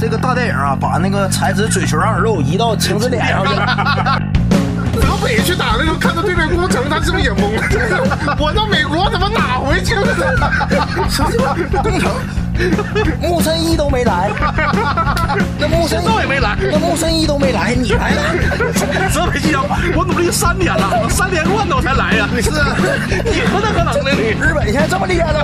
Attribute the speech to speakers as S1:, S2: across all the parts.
S1: 这个大电影啊，把那个才子嘴求让肉移到晴子脸上去了。
S2: 德北去打的时候，看到对面给我整，他是不是也懵了？ 我到美国怎么打回去了？
S1: 啥鸡巴工程？ 木森一都没 来，那木森
S3: 道也没来，
S1: 那木森一都没来，你 来了？
S3: 泽北机场，我努力三年了，我三年乱斗才来呀、
S1: 是啊，
S3: 你何德何能呢你？
S1: 日本现在这么厉害呢？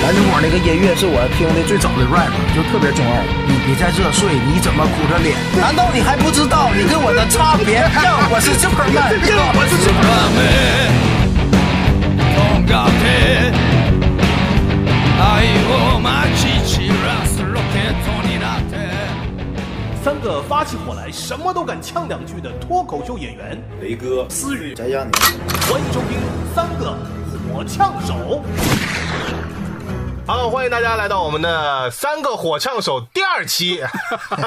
S1: 蓝苹果那个音乐是我听的最早的 rap，就特别中二。你别在这睡，你怎么苦着脸？难道你还不知道你跟我的差别？让我是 Superman，让我是 Superman。
S4: 통과해 아이오 마치 지라스 로켓톤이 나대
S3: 三个发起火来什么都敢呛两句的脱口秀演员，雷哥、思雨，
S1: 翟佳宁，
S3: 欢迎收听三个火呛手。
S2: 好，欢迎大家来到我们的三个火枪手第二期。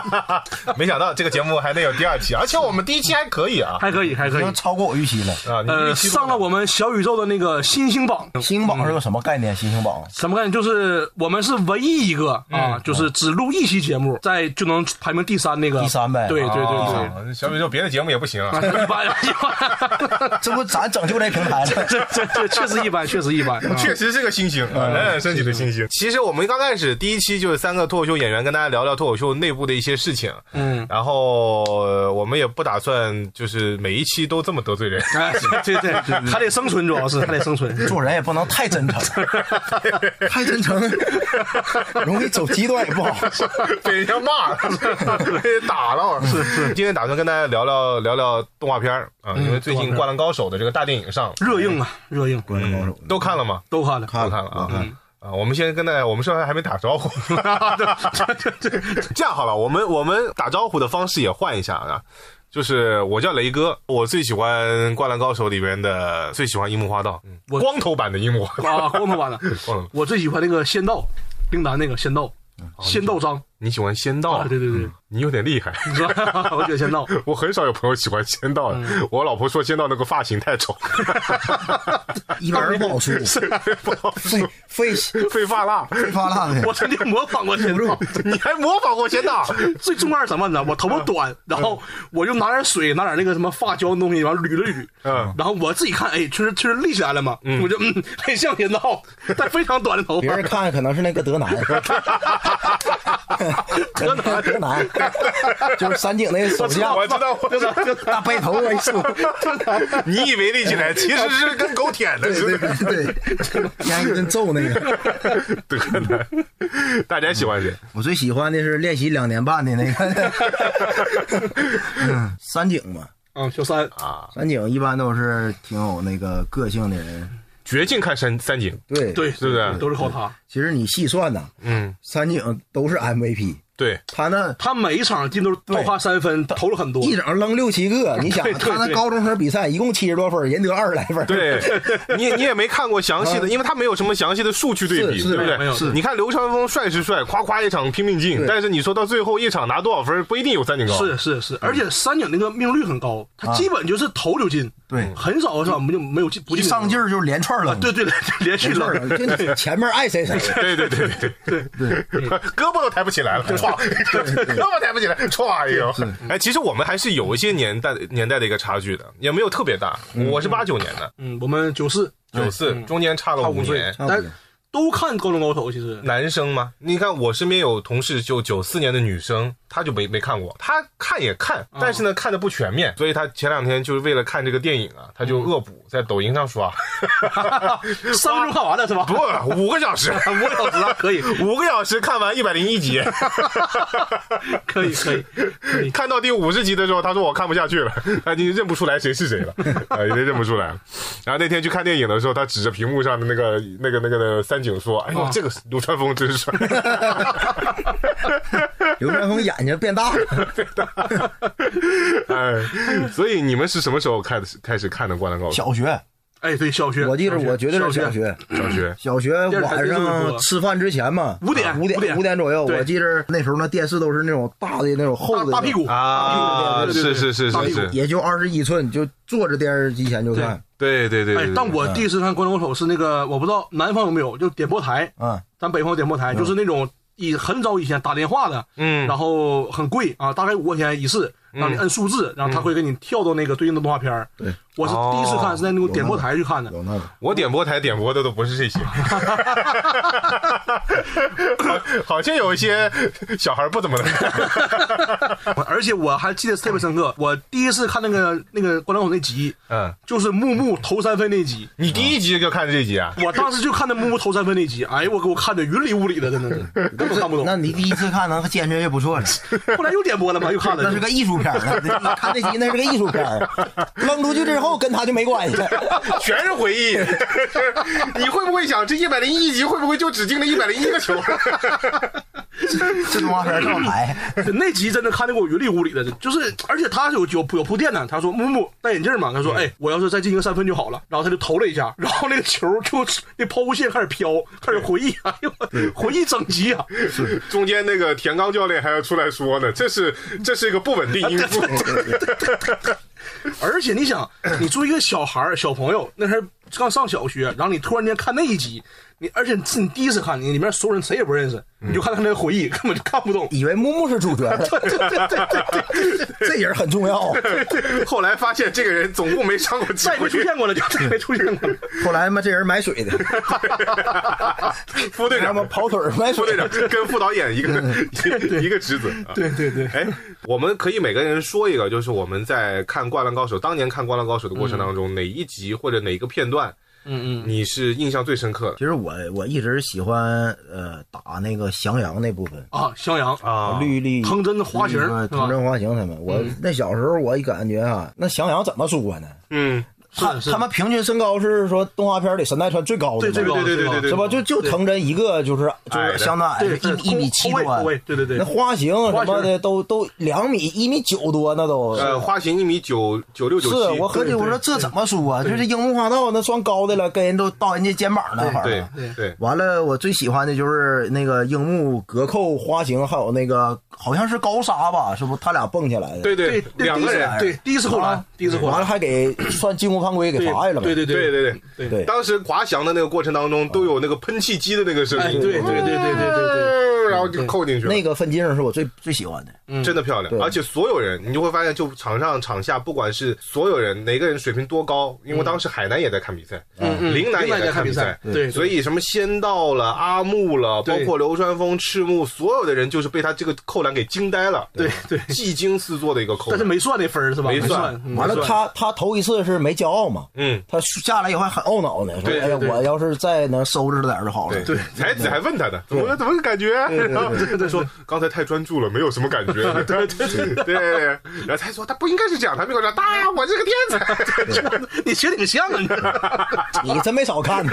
S2: 没想到这个节目还能有第二期，而且我们第一期还可以啊。
S3: 还可以，还可
S1: 已
S3: 以
S1: 经。超过我预期了。
S2: 啊，你
S3: 呃，
S2: 你期
S3: 上了我们小宇宙的那个新星榜，
S1: 新星榜是个什么概念？新星榜
S3: 什么概念？就是我们是唯一一个
S2: 嗯
S3: 啊，就是只录一期节目，在就能排名第三那个。
S1: 第三呗
S3: 对对对对。
S2: 啊，小宇宙别的节目也不行 啊。
S3: 一般，一般，
S1: 这不咱拯救这平台了？
S3: 这这这确实一般，确实一般。啊
S2: 确实是个新星，
S3: 嗯
S2: 啊，冉冉升起的新星。其实我们刚开始第一期就是三个脱口秀演员跟大家聊聊脱口秀内部的一些事情，
S3: 嗯，
S2: 然后呃我们也不打算就是每一期都这么得罪人，
S3: 哎， 对对，对还得生存，主要是还得生存。
S1: 做人也不能太真诚， 太真诚容易走极端也不好。
S2: 被人家骂了，被人打了。是是，今天打算跟大家聊聊聊聊动画片儿啊，因为最近《灌篮高手》的这个大电影上，嗯
S3: 热映啊，热映，
S1: 关键高手
S2: 都看了吗？
S3: 都看了。
S2: 都看了啊。啊，我们先跟大家，我们上来还没打招呼。 这样好了，我们我们打招呼的方式也换一下啊，就是我叫雷哥，我最喜欢《灌篮高手》里边的，最喜欢樱木花道，嗯
S3: 我
S2: 光头版的樱木花道。
S3: 啊，光头版的
S2: 光头。
S3: 我最喜欢那个仙道，冰男那个仙道，仙道章
S2: 你喜欢仙道？嗯
S3: 啊，对对对，
S2: 你有点厉害。
S3: 你说， 我喜欢仙道。
S2: 我很少有朋友喜欢仙道的，我老婆说仙道那个发型 太丑，
S1: 一般人不好说，
S2: 不好
S1: 费费
S2: 费 发蜡。
S1: 费发蜡的
S3: 我。曾经模仿过仙道，
S2: 你还模仿过仙道？
S3: 最重要是什么呢？我头发
S1: 嗯
S3: 短，然后我就拿点水，拿点那个什么发胶的东西，完了捋了捋，
S2: 嗯
S3: 然后我自己看，哎，确实确实立起来了嘛，我就嗯，很像仙道，但非常短的头
S1: 别
S3: 发
S1: 人。看可能是那个 德南，德南德南，就是三井那个手下，
S2: 我知道，我知道。
S1: 大背头啊为数，
S2: 你以为立起来， 其实是跟狗舔的
S1: 对对
S2: 似的。
S1: 对对，压一顿揍那个。
S2: 对，大家喜欢谁？
S1: 我最喜欢的是练习两年半的那个，嗯，三井嘛，
S3: 嗯，小三，
S1: 啊三井一般都是挺有那个个性的人，
S2: 绝境看山三井，
S1: 对
S3: 对，
S2: 对不对
S3: 都是靠他。
S1: 其实你细算呐，
S2: 嗯，
S1: 三井都是 MVP，
S2: 对，
S1: 他那
S3: 他每一场进都是
S1: 对
S3: 爆发三分，投了很多。
S1: 一整扔六七个，你想啊
S3: 对对
S1: 他那
S3: 对
S1: 高中生比赛一共七十多分，人得二十来分，
S2: 对，你你也没看过详细的，因为他没有什么详细的数据对比，
S1: 嗯是是
S2: 对不
S3: 没有
S2: 对？
S3: 是
S2: 你看流川枫帅是帅，夸夸一场拼命进，
S1: 对
S2: 但是你说到最后一场拿多少分，不一定有三井高。
S3: 是是
S1: 嗯
S3: 是，而且三井那个命中率很高，他基本就是投就进，
S1: 啊对
S3: 很少很少没有没有进 不
S1: 一
S3: 进的
S1: 上劲儿就连串扔，
S3: 啊对对啊对，连续
S1: 连
S3: 了
S1: 串。扔，这前面爱谁谁，
S2: 对对对对对对，胳膊都抬不起来了，歘，胳膊抬不起来，歘一个。哎，其实我们还是有一些年代年代的一个差距的，也没有特别大。我是八九年的，
S3: 嗯，我们九四
S2: 九四中间差了
S3: 差
S2: 五
S3: 五岁
S2: 年，。
S1: 不多
S3: 但都看高中高手，其实
S2: 男生吗？你看我身边有同事就九四年的女生，她就没没看过，她看也看，但是呢、看的不全面，所以她前两天就是为了看这个电影啊，她就恶补在抖音上刷，
S3: 三分钟看完了是吧？
S2: 不五个小时，
S3: 五个小时啊， 可以，
S2: 五个小时看完一百零一集，
S3: 可以，可以，可以。
S2: 看到第五十集的时候，他说我看不下去了， 他已经认不出来谁是谁了， 啊，已经认不出来了。然后那天去看电影的时候，他指着屏幕上的那个、那个、那个的三井说：“哎呦，这个流川枫真帅。
S1: 刘川枫眼睛变大 了，”
S2: 哎，所以你们是什么时候开始开始看的《灌篮高手
S1: 小学，
S3: 哎，对，小学，
S1: 我记得
S3: 小学
S1: 我绝对是小。
S3: 学
S1: 学。》？
S2: 小学
S1: 小学
S3: 电视台
S1: 晚
S3: 电视就
S1: 上
S3: 播
S1: 吃饭之前嘛，啊
S3: 五点
S1: 五
S3: 五
S1: 点
S3: 点
S1: 五点左右，
S3: 对
S1: 我记着那时候那电视都是那种大的那种厚
S3: 大
S1: 的
S3: 大屁，股
S2: 啊，
S3: 对对对
S2: 是
S3: 对
S2: 是是
S3: 大
S2: 是
S3: 屁股
S2: 是，
S1: 也就二十一寸，就坐着电视机前就看，
S2: 对对对
S3: 哎
S2: 对。，
S3: 但我第一次看《灌篮高手》是那个，我不知道南方有没有，就点播台，
S1: 嗯，
S3: 咱北方有点播台，就是那种以很早以前打电话的，
S2: 嗯
S3: 然后很贵啊，大概五块钱一次，让你摁数字，然后他会给你跳到那个对应的动画片儿。
S5: 对
S3: 我是第一次看，是在那种点播台去看的。
S1: 哦
S5: 有那个，
S2: 我点播台点播的都不是这些， 好好像有一些小孩不怎么能看。
S3: 而且我还记得特别深刻，我第一次看那个那个灌篮高手那集，
S2: 嗯，
S3: 就是木木投三分那集，
S2: 你第一集就看这集啊？
S3: 我当时就看那木木投三分那集，哎呦我给我看的云里雾里的，真的是根本看不懂。
S1: 那你第一次看能坚持就不 错了，
S3: 后来又点播了嘛，又看了就。
S1: 那是个艺术片儿，那看那集那是个艺术片儿，扔出去之后跟他就没关系。
S2: 全是回忆，你会不会想这一百零一集会不会就只进了一百零一个 球？
S1: 这动画片这么拍，
S3: 对那集真的看得给我云里雾里的，就是而且他有有有铺垫呢。他说木木戴眼镜嘛，他
S1: 嗯
S3: 说哎，我要是再进一个三分就好了。然后他就投了一下，然后那个球就那抛物线开始飘，开始回忆，哎呦， 回忆整集啊！
S2: 中间那个田刚教练还要出来说呢，这是这是一个不稳定因 素。
S3: 而且你想，你作为一个小孩儿小朋友，那还刚上小学，然后你突然间看那一集，你而且是你第一次看，你里面所有人谁也不认识，你
S1: 嗯
S3: 就看他那个回忆，根本就看不懂。
S1: 以为木木是主角， 这人很重要。啊
S2: 后来发现这个人总共没上过几
S3: 再也 没
S2: 回
S3: 出现过了，就再也没出现过了。
S1: 后来嘛，这人买水的，
S2: 副队
S1: 他
S2: 长
S1: 妈跑腿儿买
S2: 副队
S1: 水
S2: 长
S1: 的。
S2: 跟副导演一 个一个职责。
S3: 对对对，
S2: 哎，我们可以每个人说一个，就是我们在看《灌篮高手》当年看《灌篮高手》的过程当中，哪一集或者哪一个片段，嗯嗯嗯，你是印象最深刻的
S1: 其实我我一直喜欢呃打那个翔阳那部分，
S3: 啊，襄阳啊，
S2: 啊？
S1: 绿绿
S3: 藤真花形
S1: 绿啊
S3: 是吧嗯
S1: 藤真花形他们。我那小时候我一感觉啊，那翔阳怎么输啊呢？
S2: 嗯，
S1: 他
S3: 是
S1: 他们平均身高是说动画片里神奈川最高的
S3: 对
S1: 嘛，
S3: 最高
S2: 对对对
S3: 最高
S2: 对对
S1: 是吧？就就藤真一个就是就
S2: 矮的
S1: 是相当矮
S3: 对，
S1: 一一米七
S3: 后卫
S1: 多
S3: 后，卫对对对
S1: 那，花形什么
S3: 花形
S1: 的都都两米一米九多那都。
S2: 呃，花形一米九九六九
S1: 是
S2: 七，
S1: 我合计，我说这怎么输啊？就是樱木花道那双高的了，跟人都到人家肩膀那块儿
S2: 对
S1: 了。
S2: 对，
S1: 完了，我最喜欢的就是那个樱木隔扣花形，还有那个好像是高沙吧，是不？他俩蹦起来的。
S2: 对
S3: 对
S2: 对，两个人，
S3: 对第一次扣篮，第一次扣
S1: 完了
S3: 篮，
S1: 还给算进攻犯规，给罚下了嘛。
S3: 啊对对
S2: 对
S3: 对
S2: 对对
S1: 对
S2: 当时滑翔的那个过程当中，都有那个喷气机的那个声
S3: 哎
S2: 音，
S3: 对对对对对对对。嗯
S2: 对，然后就扣进去了。
S1: 那个分金是我最最喜欢的。
S2: 真的漂亮，
S1: 对
S2: 而且所有人，你就会发现，就场上场下，不管是所有人哪个人水平多高，因为当时海南也在看比赛，
S3: 嗯
S2: 陵南也
S3: 陵南也在
S2: 看
S3: 看
S2: 比
S3: 比
S2: 赛
S3: 赛，对对
S2: 所以什么仙道了、阿木了，包
S3: 对
S2: 括流川枫、赤木，所有的人就是被他这个扣篮给惊呆了，
S3: 对对
S2: 技惊四座的一个扣
S3: 但是
S2: 篮，
S3: 没算那分儿是吧？
S2: 没
S3: 没
S2: 算
S3: 嗯
S1: 完了
S3: 没，算
S1: 他他头一次是没骄傲嘛，
S2: 嗯，
S1: 他下来以后还很懊恼呢，说
S2: 对
S1: 哎呀，
S3: 对
S1: 我要是再能收拾点儿就好了。
S2: 对，才子还问他呢，怎么怎么感觉？然后他说刚才太专注了，没有什么感觉。 对对对，然后才说他不应该是这样，他没跟我说，大我是个天才。
S3: 你学挺像啊，你
S1: 你真没少 看呢。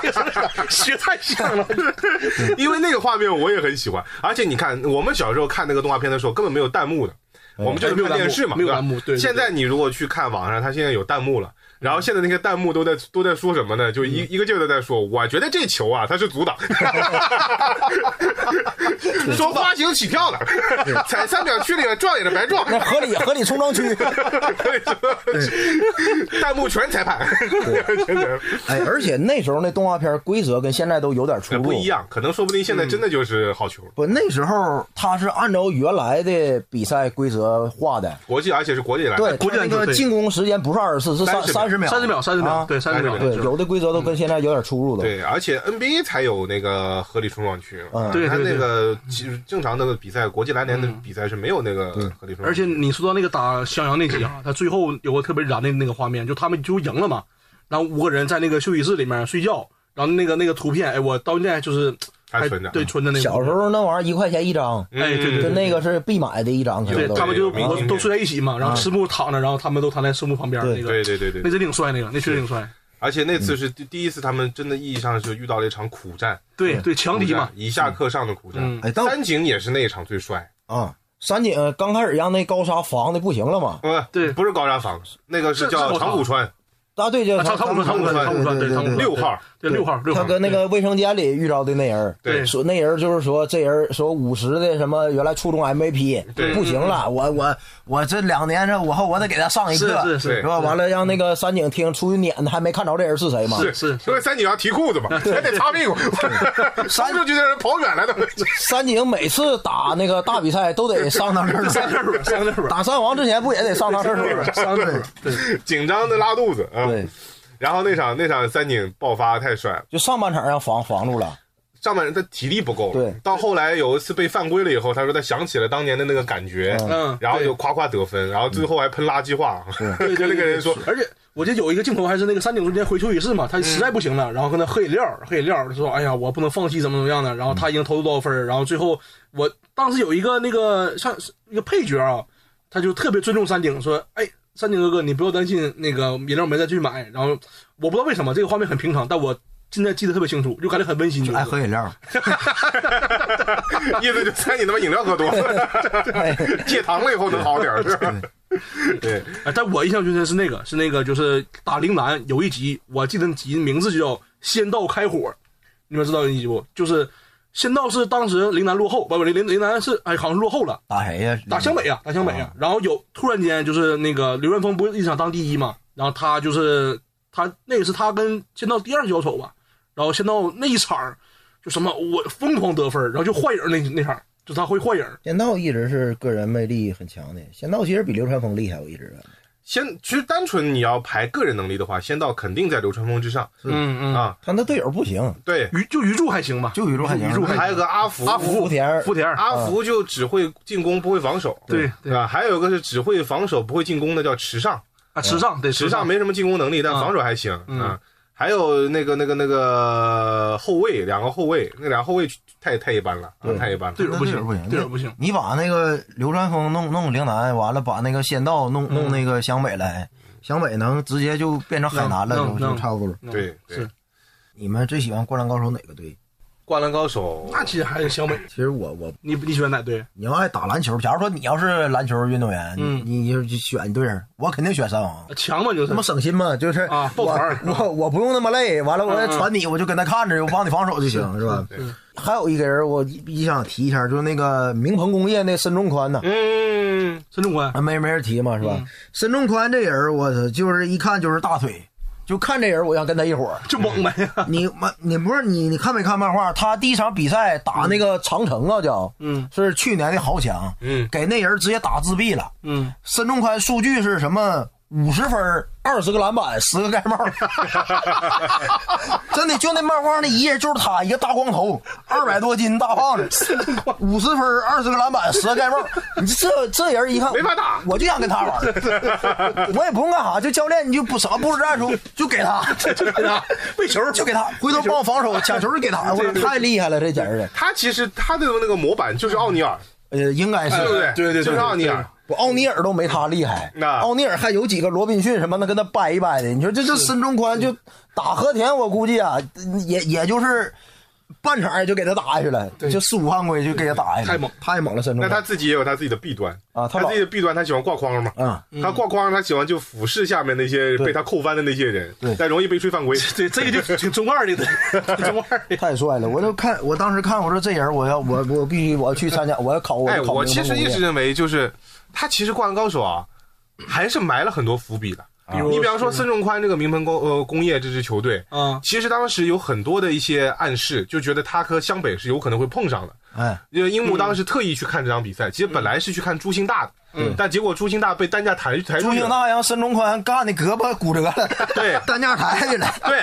S3: 这个 学太像了。
S2: 因为那个画面我也很喜欢，而且你看，我们小时候看那个动画片的时候根本没有弹幕的，我们就是看电视嘛，
S3: 哎没有
S2: 吧
S3: 弹幕对对对
S2: 现在你如果去看网上，它现在有弹幕了，然后现在那些弹幕都在都在说什么呢？就一
S3: 嗯
S2: 一个劲儿的在说，我觉得这球啊，它是阻挡， 说花形起跳的，踩三秒区里了，撞也是白撞。
S1: 那合理合理冲撞 区，
S2: 弹幕全裁判， 真的
S1: 哎，而且那时候那动画片规则跟现在都有点出入，
S2: 不一。样，可能说不定现在真的就是好球，
S1: 不，那时候他是按照原来的比赛规则画的，
S2: 国际而且是国际来的，
S1: 对，
S3: 国际
S1: 他那
S3: 篮球
S1: 个
S3: 队
S1: 进攻时间不是二十四，是三
S2: 30
S1: 十秒，
S3: 三十秒，三十秒
S1: 啊，
S3: 对，三十秒，
S1: 对，
S3: 是
S1: 有的规则都跟现在有点出入的。
S2: 对，而且 NBA 才有那个合理冲撞区嘛，
S1: 嗯
S3: 对
S2: 它
S3: 对对
S2: 那个其实正常的比赛，国际篮联的比赛是没有那
S1: 嗯
S2: 个合理冲撞区。
S3: 而且你说到那个打襄阳那集啊，他最后有个特别燃的那个画面，就他们就赢了嘛，然后五个人在那个休息室里面睡觉，然后那个那个图片，哎，我到现在就是
S2: 还存着
S3: 对，存着那个。
S1: 小时，候那玩意儿一块钱一张，
S3: 哎，对对
S1: 就
S3: 对，
S1: 那个是必买的一张，可
S3: 对
S1: 能都
S3: 他们就
S2: 有明信片
S3: 我都睡在一起嘛，然后赤木躺着，然后他们都躺在赤木旁边
S1: 嗯对
S3: 那
S2: 对
S3: 个，
S2: 对对对对，
S3: 那真挺帅，那个那确实挺帅。
S2: 而且
S1: 嗯
S2: 那次是第第一次，他们真的意义上是遇到了一场苦战，
S3: 对对，强
S2: 苦
S3: 敌嘛
S2: 战，以下克上的苦战
S3: 嗯。
S1: 哎但我
S2: 三井也是那一场最帅，
S1: 啊。山井呃刚开始让那高沙防的不行了嘛，
S2: 呃不
S3: 对
S2: 不是高沙坊，那个是
S3: 是
S2: 叫
S3: 是
S2: 长谷川，
S1: 啊，对，就
S3: 啊，汤汤姆克，汤姆克，汤姆克，对，汤姆克，
S2: 六号，
S3: 对，六号，六号，
S1: 他搁那个卫生间里遇着的那人，
S2: 对
S1: 说那人就是说这人说五十的什么原来初中 MVP，
S2: 对
S1: 不行了，我我我这两年这我后我得给他上一课，
S3: 是是是
S1: 吧？
S3: 是
S1: 完了让那个三井听出去撵他，还没看着这人是谁嘛？
S3: 是是
S2: 因为三井要提裤子 嘛，还得擦屁股， 冲出去的人跑远了都。
S1: 三井每次打那个大比赛都得上趟厕所，
S3: 上厕 所，上厕所，
S1: 打三王之前不也得上趟厕所吗？
S3: 上厕所，对，
S2: 紧张的拉肚子啊。
S1: 对，
S2: 然后那场那场三井爆发太帅了，
S1: 就上半场让防防住了，
S2: 上半人他体力不够，
S1: 对
S2: 到后来有一次被犯规了以后，他说他想起了当年的那个感觉，
S3: 嗯
S2: 然后就夸夸得分，然后最后还喷垃圾话，
S3: 对
S2: 跟那个人说，
S3: 而且我记得有一个镜头还是那个三井中间回球也是嘛，他实在不行了，然后跟他喝饮料，喝饮料说：“哎呀，我不能放弃，怎么怎么样的。”然后他已经投入多少分儿，然后最后我当时有一个那个像一个配角啊，他就特别尊重三井，说：“哎，三井哥哥，你不要担心，那个饮料没再去买。”然后我不知道为什么这个画面很平常，但我现在记得特别清楚，就感觉哎很温馨。
S1: 爱喝饮料，
S2: 意思就猜你他妈饮料喝多了，戒糖了以后能好点儿是吧？对，
S3: 啊，但我印象最深是那个，是那个，就是打铃兰有一集，我记得那集名字就叫《仙道开火》，你们知道那集不？就是仙道是当时铃兰落后，不不，铃铃铃兰是哎，好像是落后了，
S1: 打谁呀？
S3: 打湘北啊，打湘北啊。然后有突然间就是那个刘元峰不是一场当第一嘛，然后他就是他那个是他跟仙道第二交手吧，然后仙道那一场儿就什么我疯狂得分儿，然后就幻影那那场儿，就他会幻影，
S1: 仙道一直是个人魅力很强的，仙道其实比流川枫厉害，我一直认为。
S2: 先其实单纯你要排个人能力的话，仙道肯定在流川枫之上，
S3: 嗯嗯，
S2: 啊，
S1: 他那队友不行，
S2: 对，
S3: 鱼就鱼柱还行吧，
S1: 就鱼柱还行哎
S3: 鱼柱
S2: 还有个阿福，阿
S1: 福田儿
S3: 福田儿，
S2: 阿福就只会进攻不会防守，
S3: 对
S2: 对吧？还有一个是只会防守不会进攻的叫池上，
S3: 啊，池上对
S2: 池上没什么进攻能力，但防守还行啊。还有那个那个那个后卫，两个后卫，那两个后卫太太一般了，啊太一般了。
S3: 队友不
S1: 那队友
S3: 行，
S1: 不行，
S3: 队友不行。
S1: 你把那个流川枫弄弄陵南，完了把那个仙道
S3: 嗯
S1: 弄弄那个湘北来，湘北能直接就变成海南了，就
S3: 能能
S1: 就差不多了。
S2: 对对
S3: 嗯是，
S1: 你们最喜欢《灌篮高手》哪个队？
S2: 灌篮高手
S3: 那其实还是湘北。
S1: 其实我我
S3: 你你喜欢哪队？
S1: 你要爱打篮球，假如说你要是篮球运动员，
S3: 嗯
S1: 你你就选一队儿，我肯定选三王。
S3: 啊强吧，就是
S1: 他妈省心嘛，就是
S3: 啊抱
S1: 我
S3: 团儿
S1: 我我不用那么累，完了我也
S3: 嗯嗯嗯
S1: 传你，我就跟他看着，我帮你防守就行，是吧？还有一个人我一想提一下，就是那个明鹏工业那孙中宽呐，
S2: 嗯，
S3: 孙仲宽
S1: 啊，没没人提嘛，是
S3: 嗯
S1: 吧？孙中宽这人，我操，就是一看就是大腿，就看这人，我想跟他一伙儿。
S3: 就猛呗。
S2: 嗯
S1: 你漫你不是你你看没看漫画？他第一场比赛打那个长城啊，叫
S3: 嗯
S1: 是去年的豪强，
S2: 嗯
S1: 给那人直接打自闭了。
S3: 嗯，
S1: 孙中宽数据是什么？五十分儿，二十个篮板，十个盖帽，真的就那漫画那一页就是他一个大光头，二百多斤大胖子，五十分儿，二十个篮板，十个盖帽，你这这人一看
S2: 没法打
S1: 我就想跟他玩儿，我也不用干啥，就教练你就不啥布置战术，就给他，
S3: 就给他喂球，
S1: 就给他，回头帮我防守，抢球就给他，我操，太厉害了，这简直是，
S2: 他其实他的那个模板就是奥尼尔，
S1: 呃，应该是
S2: 哎对不对？
S3: 对对对
S2: 就是奥尼尔。
S1: 我奥尼尔都没他厉害，
S2: 那
S1: 奥尼尔还有几个罗宾逊什么的跟他掰一掰的。你说这这孙中宽就打和田，我估计啊，也也就是半场也就给他打下去了，就四五犯规就给他打下去了，
S3: 太猛
S1: 太猛了，孙
S2: 那
S1: 中
S2: 他
S1: 宽。
S2: 自己也有他自己的弊端
S1: 啊他
S2: 他
S1: 老
S2: 自己的弊端，他喜欢挂框嘛，
S1: 嗯，
S2: 他挂框，他喜欢就俯视下面那些被他扣翻的那些人，但容易被吹犯规。
S3: 对这个就挺中二的，挺中二的。
S1: 太帅了！我就看，我当时看，我说这人，我要我我必须我要去参加，我要考我
S2: 哎，
S1: 要考
S2: 我
S1: 名
S2: 其
S1: 门
S2: 实
S1: 功
S2: 一直
S1: 业。
S2: 认为，就是他其实《灌篮高手》啊，还是埋了很多伏笔的。
S1: 啊
S3: 比如
S2: 你比方说孙仲宽这个名门工呃工业这支球队，
S1: 嗯
S3: 啊
S2: 其实当时有很多的一些暗示，就觉得他和湘北是有可能会碰上的。
S1: 哎，
S2: 因为樱木当时特意去看这场比赛，其实本来是去看朱星大的，但结果朱星大被担架抬抬出
S1: 嗯朱
S2: 去
S1: 兴
S2: 了。
S1: 大让孙中宽干的胳膊骨折了，
S2: 对
S1: 担架抬下去了。
S2: 对，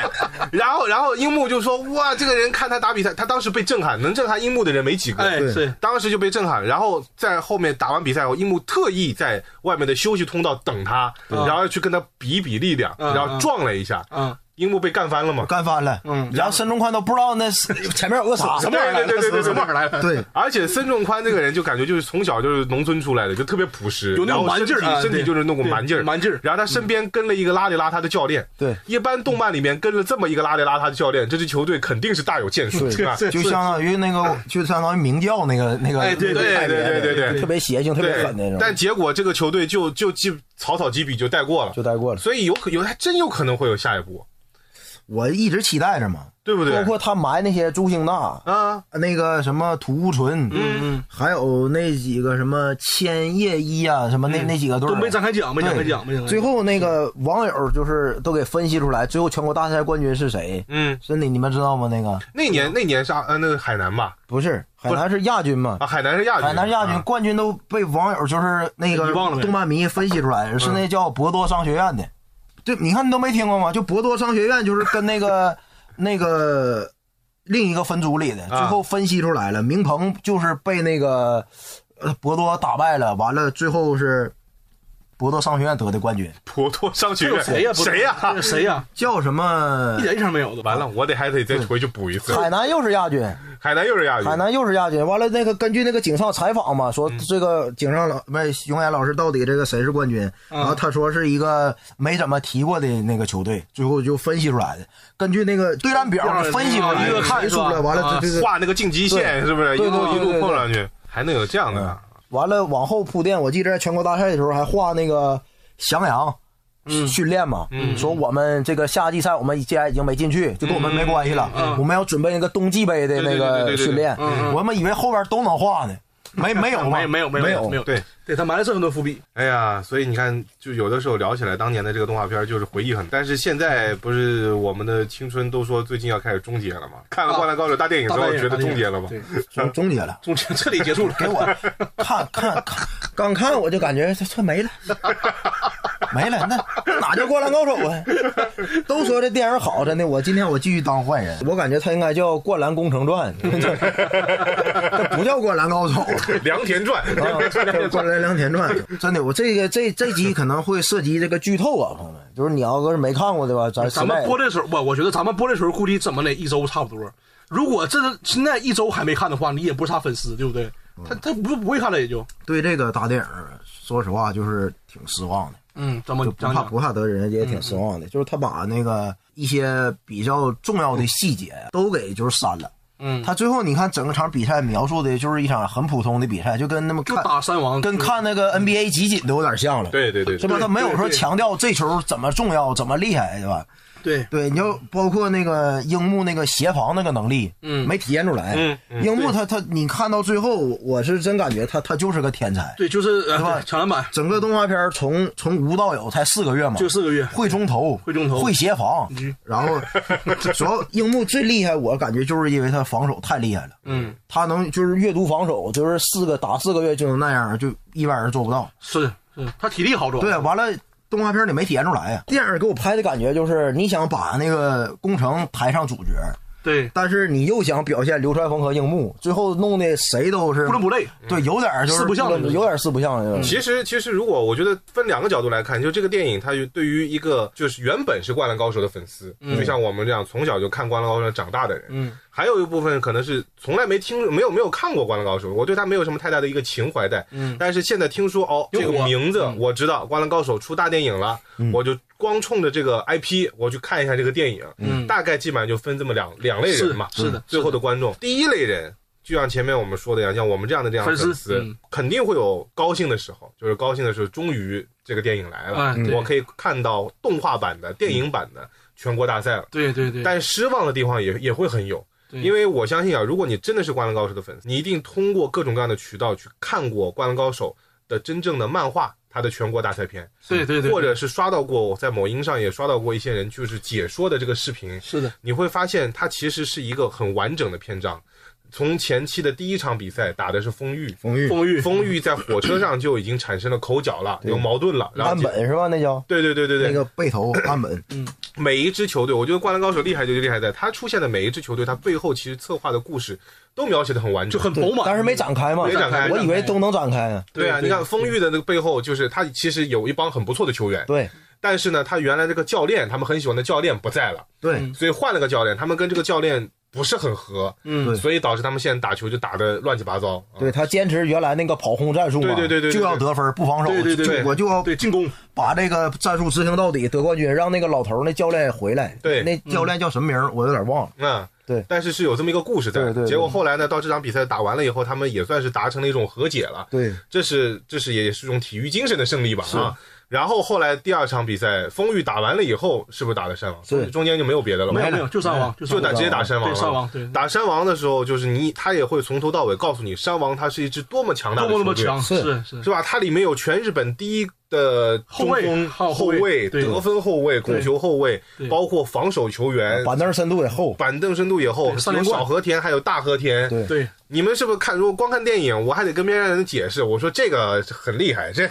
S2: 然后然后樱木就说：“哇，这个人看他打比赛，他当时被震撼，能震撼樱木的人没几个。”
S3: 哎，是
S2: 当时就被震撼，然后在后面打完比赛后，樱木特意在外面的休息通道等他，然后去跟他比一比力量，
S3: 嗯
S2: 然后撞了一下，
S3: 啊，
S2: 樱木被干翻了嘛。
S1: 干翻了，
S3: 嗯
S1: 然后孙中宽都不知道那是前面有个啥，
S3: 什么玩意儿来了？
S2: 对对对对对
S3: 什么玩意儿来了？
S1: 对，
S2: 而且孙仲宽这个人就感觉就是从小就是农村出来的，就特别朴实，
S3: 有那种
S2: 然后
S3: 蛮劲儿
S2: 身体
S3: 啊
S2: 身体
S3: 对
S2: 就是那种蛮劲儿，
S3: 对蛮劲儿
S2: 然后他身边跟了一个邋里邋遢的教练，
S1: 对
S2: 一般动漫里面跟了这么一个邋里邋遢的教练，这支球队肯定是大有建树，吧？
S1: 就相当于那个，就相当于明教那个那个，
S3: 哎对
S2: 对对对对对对
S1: 特别邪性、特别
S2: 对
S1: 狠的那种。
S2: 但结果这个球队就就基草草几笔就带过了，
S1: 就带过了。
S2: 所以有可有还真有可能会有下一步，
S1: 我一直期待着嘛，
S2: 对不对？
S1: 包括他埋那些朱星大，
S2: 啊，
S1: 那个什么土库纯，嗯嗯，还有那几个什么千叶一啊，什么那、那几个队儿
S3: 嗯都没展开讲，没展开讲，没展开讲。
S1: 最后那个网友就是都给分析出来，最后全国大赛冠军是谁？
S2: 嗯，
S1: 是你你们知道吗？那个
S2: 那年那年是啊呃那个海南吧，
S1: 不是海南是亚军嘛？
S2: 啊海南是亚军，
S1: 海南亚军
S2: 啊
S1: 冠军都被网友就是那个
S3: 遗忘了呗
S1: 动漫迷分析出来，是那叫博多商学院的。嗯对，你看你都没听过吗？就博多商学院就是跟那 个那个另一个分组里的，最
S2: 啊
S1: 后分析出来了，明鹏就是被那个呃博多打败了，完了最后是博多商学院得的冠军，
S2: 普陀商学
S3: 这有
S2: 院
S3: 谁呀？不是
S2: 谁呀？
S3: 这谁呀？
S1: 叫什么
S3: 一？点印象没有的。
S2: 完了，，我得还得再回去补一 次。
S1: 嗯海南又是亚军，
S2: 海南又是亚军，啊
S1: 海南又是亚军。完了，那个根据那个井上采访嘛，说这个井上老不是熊岩老师到底这个谁是冠军？然后他说是一个没怎么提过的那个球队，最后就分析出来的。根据那个对战表
S3: 啊
S1: 分析出来
S3: 一
S1: 的，
S3: 个看
S1: 谁
S3: 是
S1: 输
S3: 吧
S1: 了，完了
S3: 啊
S1: 这这个
S2: 画那个晋级线是不是一
S1: 对对
S2: 路一
S1: 对对
S2: 路
S1: 对嗯
S2: 碰上去，还能有这样的啊？
S1: 完了往后铺垫。我记得在全国大赛的时候还画那个翔阳。训练嘛，说我们这个夏季赛我们既然已经没进去，就跟我们没关系了，我们要准备那个冬季杯的那
S2: 对对对对
S1: 个
S2: 对对
S1: 训练
S3: 嗯嗯。
S1: 我们以为后边都能画呢，没没有嘛
S3: 哦 没没有没
S1: 没
S3: 有没有。
S2: 对，
S3: 对他埋了这么多伏笔，
S2: 哎呀，所以你看，就有的时候聊起来当年的这个动画片，就是回忆很。但是现在不是我们的青春都说最近要开始终结了吗？看了《灌篮高手》大电影之
S3: 大
S2: 后，
S3: 半夜
S2: 觉得
S3: 大半夜
S2: 终结了吗？
S3: 对，
S1: 终终结了。
S3: 中间彻底结束了。
S1: 给我看看看，刚看我就感觉这这没了，没了，那哪叫灌篮高手啊？都说这电影好，真的，我今天我继续当坏人，我感觉它应该叫《灌篮工程传》， 这不叫《灌篮高手》。
S2: 良田 传，
S1: 啊，《灌篮良田传》真的，我这个这这集可能会涉及这个剧透啊，朋友们，就是你要是没看过的吧，咱
S3: 咱们播这时候，我我觉得咱们播这时候估计怎么得一周差不多。如果这是现在一周还没看的话，你也不是他粉丝，对不对？
S1: 嗯
S3: 他他不不会看了也就，
S1: 对这个大电影，说实话就是挺失望的。
S3: 嗯，咱们
S1: 就不
S3: 讲
S1: 怕
S3: 讲
S1: 不怕得人
S3: 嗯
S1: 也挺失望的，就是他把那个一些比较重要的细节都给就是删了。
S3: 嗯
S1: 他最后你看整个场比赛描述的就是一场很普通的比赛，就跟那么
S3: 就
S1: 看
S3: 打三王，
S1: 跟看那个 NBA 集锦都有点像了，
S2: 对对对
S1: 是吧？
S2: 对
S1: 他没有
S3: 对
S1: 说
S3: 对
S1: 强调这球怎么重要怎么厉害，对吧？
S3: 对
S1: 对，你就包括那个樱木那个协防那个能力，
S3: 嗯
S1: 没体现出来。
S2: 嗯嗯
S1: 樱木他他你看到最后，我是真感觉他他就是个天才。
S3: 对，就是呃
S1: 是吧
S3: 对抢篮板，
S1: 整个动画片儿从从无到有才四个月嘛，
S3: 就四个月
S1: 会中投，
S3: 会中投
S1: 会协防
S3: 嗯，
S1: 然后 主要樱木最厉害，我感觉就是因为他防守太厉害了，
S3: 嗯，
S1: 他能就是阅读防守，就是四个打四个月就能那样，就一般人做不到。
S3: 是是，他体力好壮，
S1: 对，啊完了。动画片里没体现出来呀、电影给我拍的感觉就是，你想把那个工程抬上主角，
S3: 对，
S1: 但是你又想表现流川枫和樱木，最后弄的谁都是
S3: 不伦不类，
S1: 对，有点儿就是
S3: 四不像
S1: 伦有点儿四不像
S3: 嗯
S1: 的。
S2: 其实，其实如果我觉得分两个角度来看，就这个电影，它有对于一个就是原本是《灌篮高手》的粉丝，就像我们这样从小就看《灌篮高手》长大的人，
S3: 嗯，
S2: 还有一部分可能是从来没听、没有没有看过《灌篮高手》，我对他没有什么太大的一个情怀在，嗯，但是现在听说哦，
S3: 有
S2: 这个
S3: 火
S2: 名字我知道，《灌篮高手》出大电影了，
S3: 嗯
S2: 我就光冲着这个 IP，我去看一下这个电影，
S3: 嗯
S2: 大概基本上就分这么两两类人嘛，
S3: 是是的
S2: 最后的观众，第一类人。就像前面我们说的一样，像我们这样的这样的
S3: 粉丝
S2: 粉丝，
S3: 嗯
S2: 肯定会有高兴的时候，就是高兴的时候，终于这个电影来了，
S3: 哎对
S2: 我可以看到动画版的、电影版的全国大赛了。
S3: 对对对，
S2: 但失望的地方也也会很有，
S3: 对
S2: 因为我相信啊，如果你真的是《灌篮高手》的粉丝，你一定通过各种各样的渠道去看过《灌篮高手》的真正的漫画，它的全国大赛篇，
S3: 对对对，
S2: 或者是刷到过，我在某音上也刷到过一些人就是解说的这个视频，
S3: 是的，
S2: 你会发现它其实是一个很完整的篇章。从前期的第一场比赛打的是丰裕，
S1: 冯玉、
S3: 风玉
S2: 丰裕在火车上就已经产生了口角了，有矛盾了，然后
S1: 安本是吧？那叫
S2: 对对对对对，
S1: 那个背头安本，
S2: 嗯每一支球队，我觉得《灌篮高手》厉害就厉害在它出现的每一支球队，它背后其实策划的故事都描写的很完
S3: 就
S2: 整，
S3: 很饱满，
S1: 但是没展开嘛，
S2: 没展开
S1: 我以为都能展开呢。
S2: 对啊，
S3: 对
S2: 你
S3: 对
S2: 看丰裕的那个背后，就是他其实有一帮很不错的球员，
S1: 对
S2: 但是呢，他原来这个教练，他们很喜欢的教练不在了，
S1: 对，
S2: 所以换了个教练，他们跟这个教练不是很合，
S3: 嗯
S1: 对
S2: 所以导致他们现在打球就打的乱七八糟。啊
S1: 对他坚持原来那个跑轰战术嘛，
S2: 对对对对对
S1: 就要得分不防守，
S3: 对对对对
S1: 就我就要
S3: 对进攻
S1: 把这个战术执行到底，得冠军，让那个老头儿那教练回来。
S2: 对
S1: 那教练叫什么名儿？我有点忘了。
S2: 嗯，
S1: 对
S2: 但是是有这么一个故事在。
S1: 对对对
S2: 结果后来呢，到这场比赛打完了以后，他们也算是达成了一种和解了。
S1: 对
S2: 这是这是也是一种体育精神的胜利吧？啊，然后后来第二场比赛，风雨打完了以后，是不是打的山王？
S1: 对
S2: 中间就没有别的了
S3: 没
S2: 吗
S3: 有？没有，就三王，就
S2: 就
S3: 三
S2: 打
S3: 王
S2: 直接打山王了，
S3: 对山王对
S2: 打山王的时候，就是你他也会从头到尾告诉你，山王他是一支多么强大的
S3: 多么
S2: 球队，
S3: 那么强，
S1: 是
S3: 是是
S2: 是吧？它里面有全日本第一的中锋
S3: 后卫
S2: 后
S3: 后卫对
S2: 得分后卫、
S3: 对
S2: 控球后卫，
S3: 对
S2: 包括防守球员，
S1: 板凳深度也厚，
S2: 板凳深度也厚，
S3: 对三
S2: 有
S3: 连冠
S2: 小和田，还有大和田。
S1: 对
S3: 对，
S2: 你们是不是看？如果光看电影，我还得跟别人解释，我说这个很厉害， 这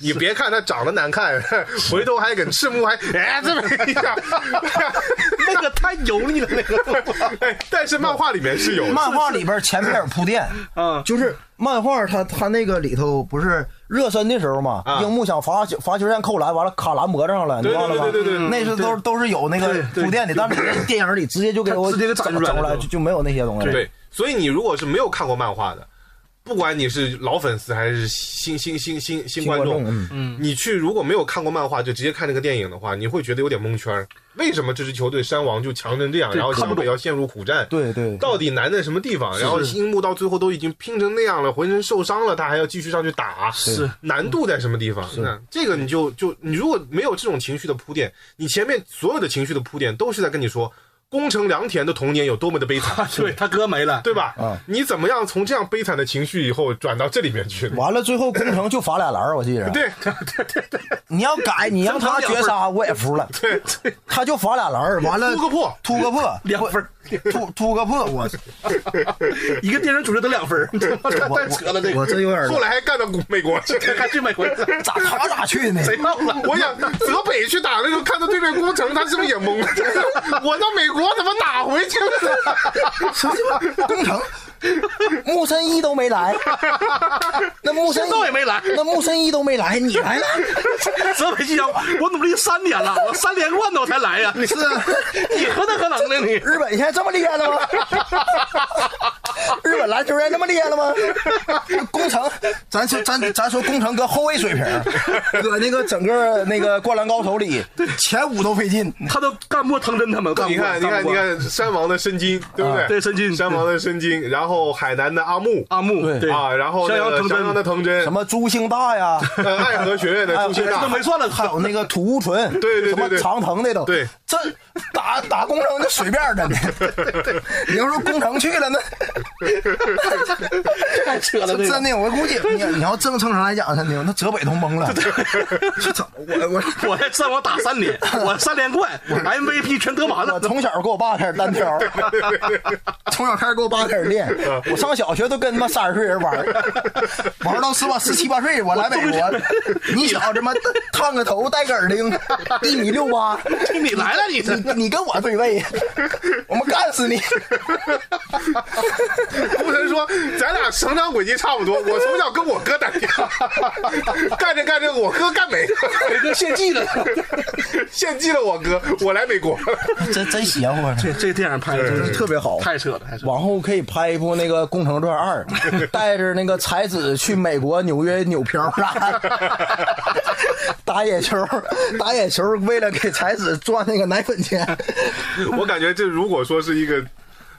S2: 你别看他长得难看， 回头还跟赤木还 哎这么一下，
S3: 那个太油腻了，那个
S2: 哎但是漫画里面是有的
S1: 漫画里边前面有铺垫，
S3: 啊，
S1: 就是漫画它它那个里头不是热身的时候嘛，
S2: 啊
S1: 樱木想罚球罚球线扣篮，完了卡篮脖子上了，你
S2: 对
S1: 忘了吗？
S2: 对对对对
S1: 那是都
S3: 对
S1: 都是有那个
S3: 对对
S1: 铺垫的，但是电影里直接就给我
S3: 它直接给展
S1: 整
S3: 出来了
S1: 整过来，
S3: 是吧
S1: 就就没有那些东西。
S2: 对，所以你如果是没有看过漫画的，不管你是老粉丝还是新新新新新观
S1: 新
S2: 众
S1: 观众，
S2: 嗯，你去如果没有看过漫画就直接看这个电影的话，你会觉得有点蒙圈儿。为什么这支球队山王就强成这样，
S3: 对
S2: 然后
S3: 看不
S2: 湘
S3: 懂
S2: 北要陷入苦战？
S1: 对对
S2: 到底难在什么地方？然后樱木到最后都已经拼成那样了，浑身受伤了，他还要继续上去打，
S3: 是
S2: 难度在什么地方？那这个你就就你如果没有这种情绪的铺垫，你前面所有的情绪的铺垫都是在跟你说宫城良田的童年有多么的悲 惨，
S3: 对他哥没了，
S2: 对吧？
S1: 啊
S2: 你怎么样从这样悲惨的情绪以后转到这里面去？
S1: 完了，最后工程就罚俩篮儿，我记着。
S2: 对，
S1: 你要改，你让他绝杀，我也服了。
S2: 对对，
S1: 他就罚俩篮儿，完了
S2: 突个破
S1: 突个破，
S3: 两分儿，
S1: 突突个破， 我
S3: 一个电影组织得两分儿，
S1: 我
S3: 太扯了这
S1: 我
S3: 个，
S1: 真有点儿
S2: 后来还干到美国去。
S3: 看这美国人
S1: 咋他咋去呢？
S3: 谁闹了？
S2: 我想泽北去打的时候，看到对面攻城，他是不是也懵了？我到美国怎么打回去了？
S1: 什么工程？木森一都没来， 那木森一
S3: 道也没来
S1: 那木森一都没来，你来了？
S3: 泽北机长，我努力三年了，我三连冠了我才来呀！
S1: 是啊，
S3: 你何德何能呢你？
S1: 日本现在这么厉害了吗？日本篮球现在这么厉害了吗？工程，咱说咱咱说工程搁后卫水平，搁那个整个那个灌篮高手里前五都费劲。
S3: 他都干过藤真他们，干
S2: 你
S3: 过
S2: 看，你
S3: 干
S2: 看，
S3: 过
S2: 你看，山王的申京，对不对？
S3: 啊对申京
S2: 山王的申京，然后海南的阿木
S3: 阿木
S1: 对
S3: 对
S2: 啊，然后
S3: 襄
S2: 那
S3: 阳
S2: 个
S3: 藤
S2: 襄阳的
S3: 真，
S2: 藤真
S1: 什，么朱星大呀，
S2: 呃爱河学院的朱星
S1: 哎
S2: 大
S3: 那，没算了，
S1: 还有那个土屋纯，
S2: 对对对
S1: 什么
S2: 对
S1: 长藤那都，
S2: 对，
S1: 这打 打工程就随便儿 的，你你要说工程去了那。
S3: 太扯了这
S1: 真
S3: 个。
S1: 的，我估计你你要正正常来讲，真的，那泽北都懵 了，这怎么我
S3: 我在上网打 三年，我三连冠，MVP 全得完
S1: 我我
S3: 了。
S1: 从小给我爸开始单挑， 从小开始给我爸开始练，
S3: 嗯
S1: 我上小学都跟他妈三十岁人玩儿，玩儿到十八十七八岁，我来美国，你小子妈烫个头带个耳钉，一米六 八，
S3: 你来了你这
S1: 你你跟我对位，我们干死你！
S2: 工程说：“咱俩成长轨迹差不多，我从小跟我哥打架， 干着干着我哥干没了，
S3: 伟哥献祭了。
S2: 献祭了我哥，我来美国了。
S1: 真真邪乎啊，
S3: 这这电影拍的真
S1: 这
S3: 是
S1: 特别好。
S3: 太扯了，太扯 了。
S1: 往后可以拍一部那个《工程传二》， 带着那个才子去美国纽约扭漂啥， 打野球，打野球，为了给才子赚那个奶粉钱，
S2: 我感觉这如果说是一个。”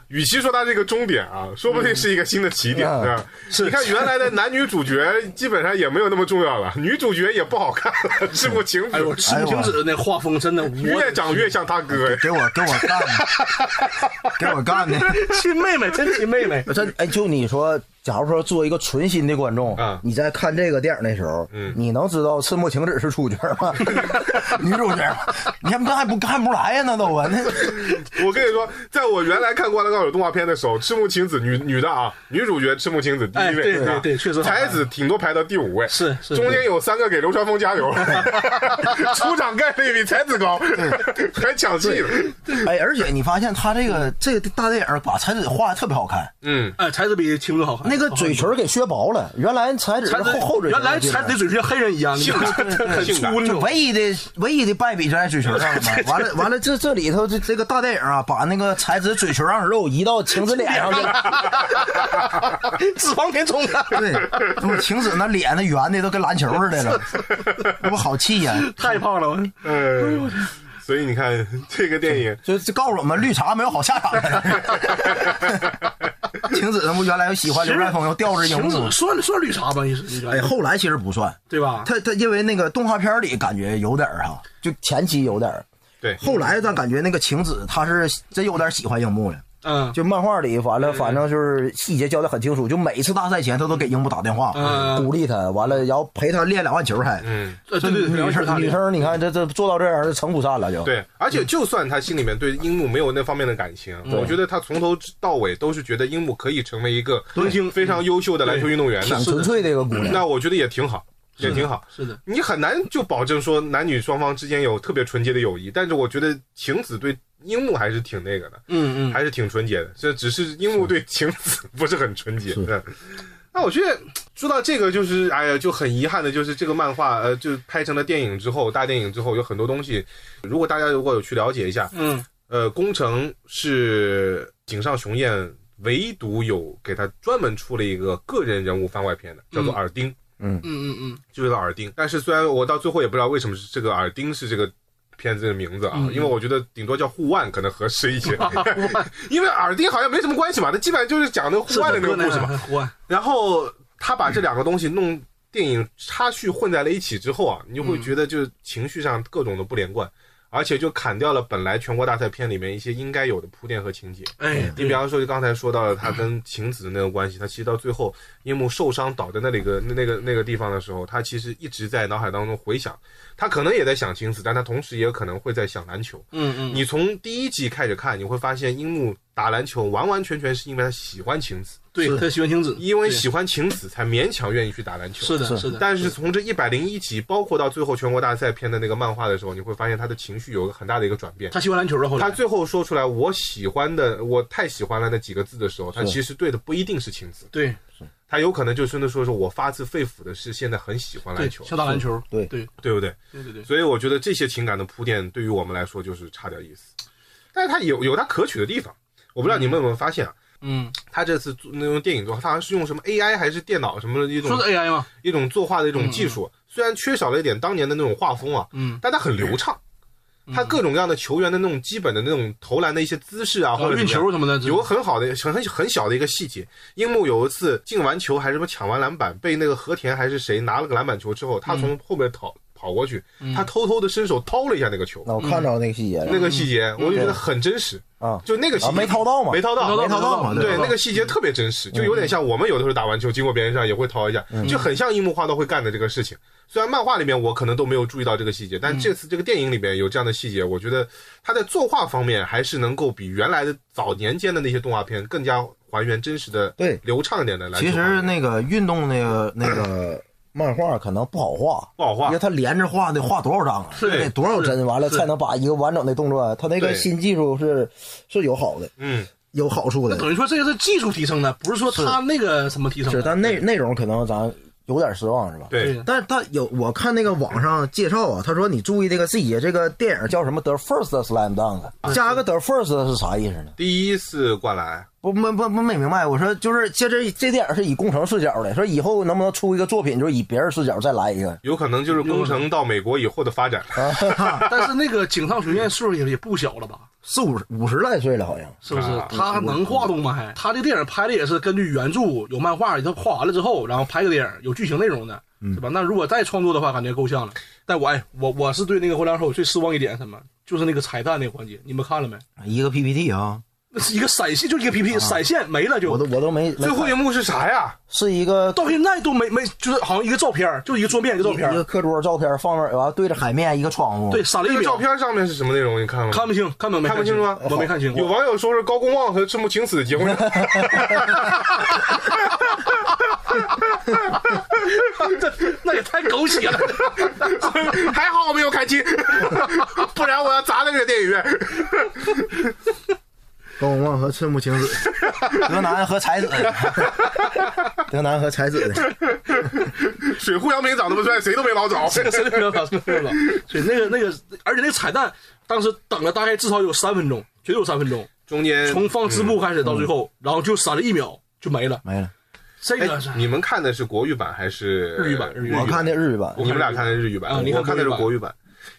S2: 与其说它是一个终点啊，说不定是一个新的起点，
S1: 嗯
S2: 对吧？你看原来的男女主角基本上也没有那么重要了，女主角也不好看了，是不情
S3: 哎呦，
S2: 止，
S3: 赤木晴子那画风真的，我
S2: 越长越像他哥呀。
S1: 给我给我干 的，给我干的。
S3: 亲妹妹，真亲妹妹。
S1: 真哎，就你说，假如说做一个纯新的观众，
S2: 嗯
S1: 你在看这个电影的时候，你能知道赤木晴子是主角 吗？女主角吗？你看那还不看不出来呀、那都啊， 那
S2: 我跟你说，在我原来看《灌篮高手》动画片的时候，赤木晴子女女的啊，女主角赤木晴子第一位，
S3: 哎对
S2: 是吧
S3: 对对确实好看
S2: 才子顶多排到第五位，
S3: 是是
S2: 中间有三个给流川枫加 油，出场概率比才子高，
S3: 嗯
S2: 还抢戏呢。
S1: 哎，而且你发现他这个这个大电影把才子画的特别好看，
S2: 嗯，
S3: 哎，才子比晴子好看。哦
S1: 那个嘴唇给削薄了，原来才子
S3: 才
S1: 是
S3: 子
S1: 后后嘴唇
S3: 原来
S1: 我记得
S3: 才子嘴唇像黑人一样，你看 很
S2: 性感
S3: 粗那
S1: 就
S3: 种。
S1: 唯一的唯一的败笔就在嘴唇上了嘛。 完了完了，这这里头这这个大电影啊，把那个才子嘴唇上的肉移到晴子脸上去 了。
S3: 脂肪填充的，
S1: 对，那么晴子那脸那圆的都跟篮球似的了，那不好气呀、
S3: 太胖了。我
S2: 呃，所以你看 这个电影，
S1: 就就告诉我们绿茶没有好下场的。 晴子他们原来喜欢
S3: 其
S1: 刘
S3: 实
S1: 占峰，要吊着
S3: 晴
S1: 荧幕
S3: 子。算算绿茶吧，意思应该
S1: 哎，后来其实不算，
S3: 对吧？
S1: 他他因为那个动画片里感觉有点儿哈，就前期有点儿，
S2: 对，
S1: 后来咱感觉那个晴子她是真有点喜欢樱木了。
S3: 嗯，
S1: 就漫画里，完了，反正就是细节交代很清楚。就每次大赛前，他都给樱木打电话，
S3: 嗯
S1: 鼓励他，完了，然后陪他练两万球，还。
S2: 嗯，
S3: 呃
S1: 这
S3: 对对，
S1: 女
S3: 聊一下他
S1: 生，女生，你看这这做到这样，这成不善了就。，
S2: 对，而且就算他心里面对樱木没有那方面的感情，
S3: 嗯
S2: 我觉得他从头到尾都是觉得樱木可以成为一个
S3: 明星嗯
S2: 非常优秀的篮球运动员
S1: 挺
S2: 的，
S1: 纯粹的一个姑娘。
S2: 那我觉得也挺好，也挺好。
S3: 是的，
S2: 你很难就保证说男女双方之间有特别纯洁的友谊，但是我觉得晴子对樱木还是挺那个的，
S3: 嗯嗯，
S2: 还是挺纯洁的。这只是樱木对晴子不是很纯洁。嗯那我觉得嗯说到这个，就是哎呀，就很遗憾的，就是这个漫画呃，就拍成了电影之后，大电影之后有很多东西，如果大家如果有去了解一下，
S3: 嗯
S2: 呃，宫城是井上雄彦唯独有给他专门出了一个个人人物番外篇的，叫做
S3: 嗯
S2: 耳钉。
S3: 嗯嗯嗯，
S2: 就是耳钉。但是虽然我到最后也不知道为什么是这个耳钉是这个片子的名字啊，
S3: 嗯
S2: 因为我觉得顶多叫护腕可能合适一些， 因为耳钉好像没什么关系嘛，它基本上就是讲那个护腕的那个故事 嘛。
S3: 嘛，胡安，
S2: 然后他把这两个东西弄电影插叙混在了一起之后啊，你就会觉得就是情绪上各种的不连贯。而且就砍掉了本来全国大赛片里面一些应该有的铺垫和情节。
S3: 哎，
S2: 你比方说，就刚才说到了他跟晴子的那个关系，他其实到最后樱木受伤倒在那里个那那个那个地方的时候，他其实一直在脑海当中回想，他可能也在想晴子，但他同时也可能会在想篮球。
S3: 嗯嗯，
S2: 你从第一集开始看，你会发现樱木打篮球完完全全是因为他喜欢晴子，
S3: 对他喜欢晴子，
S2: 因为喜欢晴子才勉强愿意去打篮球。
S3: 是的是的，
S2: 但是从这一百零一集，包括到最后全国大赛篇的那个漫画的时候，你会发现他的情绪有一个很大的一个转变。
S3: 他喜欢篮球了，后
S2: 他
S3: 来
S2: 最后说出来“我喜欢的，我太喜欢了”那几个字的时候，他其实对的不一定是情字，
S3: 对
S2: 他有可能就真的说是我发自肺腑的是现在很喜欢篮
S3: 对
S2: 球，
S3: 想打篮球，
S1: 对
S3: 对
S2: 对不对？
S3: 对对对，
S2: 所以我觉得这些情感的铺垫对于我们来说就是差点意思，但是他有有他可取的地方。我不知道你们有没有发现啊，
S3: 嗯，
S2: 他这次做那种电影作画，他好像是用什么 AI 还是电脑什么的一种
S3: 说是 AI 嘛，
S2: 一种作画的一种技术，虽然缺少了一点当年的那种画风啊，
S3: 嗯，
S2: 但它很流畅。它各种各样的球员的那种基本的那种投篮的一些姿势啊，或者
S3: 呃运
S2: 怎么样
S3: 球什么的，
S2: 有个很好的、很很很小的一个细节。樱木有一次进完球还是什么抢完篮板，被那个和田还是谁拿了个篮板球之后，他从后面跑、跑过去，他偷偷的伸手掏了一下那个球，
S1: 那我看到那个细节
S2: 那
S1: 了
S2: 个细节我就觉得很真实，
S1: 啊，
S2: 就那个细节、
S1: 啊没掏到嘛
S2: 没掏到，
S1: 没掏到嘛
S2: 对
S1: 对，嗯
S2: 那个细节特别真实，就有点像我们有的时候打完球经过别人身上也会掏一下，就很像樱木花道会干的这个事情。虽然漫画里面我可能都没有注意到这个细节，
S1: 嗯
S2: 但这次这个电影里面有这样的细节，我觉得他在作画方面还是能够比原来的早年间的那些动画片更加还原真实的、
S1: 对
S2: 流畅一点的篮球
S1: 其
S2: 画面。
S1: 实那个运动那个那个 漫画可能不好画，
S2: 不好画
S1: 因为他连着画得画多少张啊？
S2: 是
S1: 得多少针？完了才能把一个完整的动作，他那个
S2: 对
S1: 新技术是是有好的，
S2: 嗯，
S1: 有好处的。
S3: 等于说这个是技术提升的，不是说他那个什么提升
S1: 是，
S3: 的，
S1: 但内内容可能咱有点失望，是吧？。
S2: 对
S3: 对
S1: 但是他有，我看那个网上介绍啊，他说你注意这个细节，这个电影叫什么？The First Slam Dunk，加个 The First 是啥意思呢？
S2: 第一次灌篮，
S1: 不不不不没明白，我说就是这这这电影是以工程视角的，说以后能不能出一个作品，就是以别人视角再来一个？
S2: 有可能就是工程到美国以后的发 展。
S1: 啊
S3: 但是那个井上雄彦岁数也也不小了吧？
S1: 四五十五十来岁了，好像
S3: 是不是
S2: 啊？
S3: 他能画动吗？还他这电影拍的也是根据原著有漫画，他画完了之后，然后拍个电影有剧情内容的，
S2: 嗯
S3: 是吧？那如果再创作的话，感觉够呛了。但我哎，我我是对那个《灌篮高手》最失望一点是什么，就是那个彩蛋那个环节，你们看了没？
S1: 一个 PPT 啊，
S3: 那是一个闪现，就一个
S2: 啊
S3: PP 闪现没了就，
S1: 我都我都没
S2: 最后一幕是啥呀？
S1: 是一个
S3: 到现在都没没，就是好像一个照片，就一个桌面一个照
S1: 一
S3: 片
S1: 个，课桌照片放那儿，完了对着海面一个窗户，
S3: 对，，闪了
S2: 那
S3: 一
S2: 个
S3: 秒
S2: 照，片上面是什么内容？你看了吗？
S3: 看不清，看不没
S2: 看不清
S3: 清
S2: 吗
S3: 我没看清，
S2: 有
S3: 我
S2: 网友说是高公望和赤木晴子结婚了，
S3: 那也太狗血了。
S2: 还好我没有看清，不然我要砸了这个电影院。
S1: 高文望和赤木晴子， 德南和彩子， 德南和彩子的，
S2: 水户洋平长那么帅，谁都没捞着。
S3: 这个谁都没有搞，谁都没 有搞。所以那个那个，而且那个彩蛋当时等了大概至少有三分钟，绝对有三分钟，
S2: 中间
S3: 从放字
S2: 嗯
S3: 幕开始到最后，然后就闪了一秒就没了。
S1: 没了。
S3: 这
S2: 哎
S3: 个是，
S2: 你们看的是国语版还是
S3: 日语版日语版
S1: 我看的日语版，
S2: 你们俩看的是日语版，
S3: 啊你看
S2: 我看的是国
S3: 国啊
S2: 语版。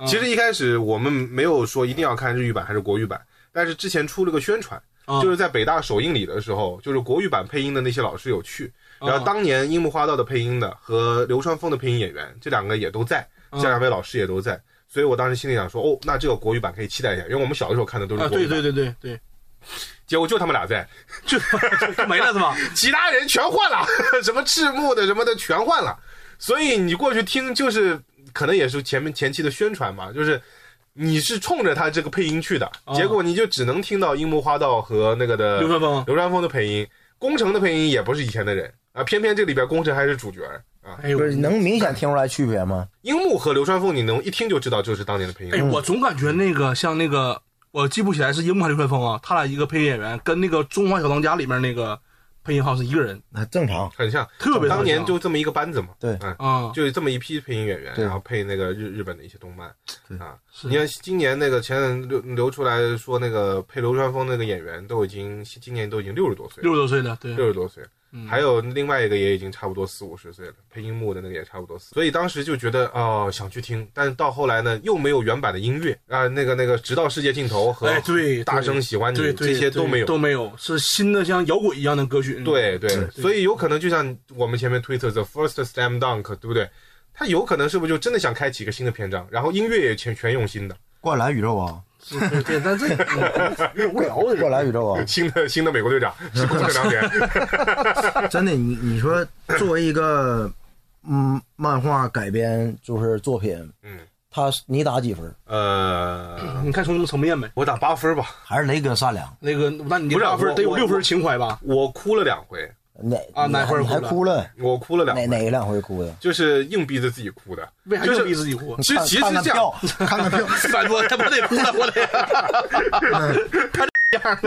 S2: 其实一开始我们没有说一定要看日语版还是国语版，但是之前出了个宣传，
S3: 啊
S2: 就是在北大首映礼的时候，就是国语版配音的那些老师有去，然
S3: 啊
S2: 后当年樱木花道的配音的和流川枫的配音演员这两个也都在，
S3: 嗯
S2: 这两位老师也都在，所以我当时心里想说，哦，那这个国语版可以期待一下，因为我们小的时候看的都
S3: 啊，
S2: 是国语
S3: 对
S2: 版，
S3: 对对对 对，
S2: 结果就他们 俩在，
S3: 就就没了是吧？
S2: 其他人全换了， 什么赤木的什么的全换了，所以你过去听就是可能也是前面前期的宣传吧，就是你是冲着他这个配音去的，
S3: 哦
S2: 结果你就只能听到樱木花道和那个的
S3: 流川枫
S2: 流川枫的配音，宫城的配音也不是以前的人啊，偏偏这里边宫城还是主角啊，
S3: 哎呦
S1: 不，是能明显听出来区别吗？
S2: 樱木和流川枫你能一听就知道就是当年的配音
S3: 哎，我总感觉那个像那个，我记不起来是樱木还是刘川枫啊，他俩一个配音演员，跟那个《中华小当家》里面那个配音好像是一个人
S1: 那正常。
S2: 很像，
S3: 特别
S2: 当年
S3: 像
S2: 就这么一个班子嘛，
S1: 对
S2: 嗯。
S3: 啊，
S2: 就是这么一批配音演员，
S1: 对
S2: 然后配那个日日本的一些动漫
S1: 对
S2: 啊。
S3: 是
S2: 你看今年那个前阵流流出来说那个配流川枫那个演员都已经今年都已经六十多岁了，
S3: 六十多岁的，对，
S2: 六十多岁，
S3: 嗯
S2: 还有另外一个也已经差不多四五十岁了，配樱木的那个也差不多四，所以当时就觉得哦想去听，但是到后来呢又没有原版的音乐啊、那个那个直到世界尽头和
S3: 哎对，
S2: 大声喜欢你
S3: 对对
S2: 这些都
S3: 对
S2: 没有。
S3: 都没有，是新的像摇滚一样的歌曲，
S2: 对对
S1: 对，
S2: 所以有可能就像我们前面推测的 first slam dunk，对不对？他有可能是不是就真的想开启一个新的篇章，然后音乐也全全用新的，，
S1: 灌篮宇宙啊，
S3: 是对对，但这嗯有点无聊
S1: 灌
S3: 的，
S1: 篮宇宙啊
S2: 新的新的美国队长是共产党 员，
S1: 真的，你你说作为一个嗯漫画改编就是作品，
S2: 嗯，
S1: 他你打几分？
S2: 呃，
S3: 你看从什么层面呗？
S2: 我打八分吧，
S1: 还是雷哥善良？
S3: 那个，那你
S2: 不是
S3: 八分
S2: 我
S3: 得有
S2: 我
S3: 六分情怀吧？
S2: 我哭了两回，
S1: 哪
S3: 啊
S1: 你
S3: 哪会儿
S1: 你还
S3: 哭了
S1: 哭了？
S2: 我哭了两
S1: 哪
S2: 回，
S1: 哪两回哭的？
S2: 就是硬逼着自己哭的，
S3: 为啥
S2: 就是
S3: 硬逼自己 哭？
S2: 其实
S1: 看
S2: 其实
S1: 看看
S2: 这样
S1: 票，，看看票。
S3: 反我他妈得哭了，我得。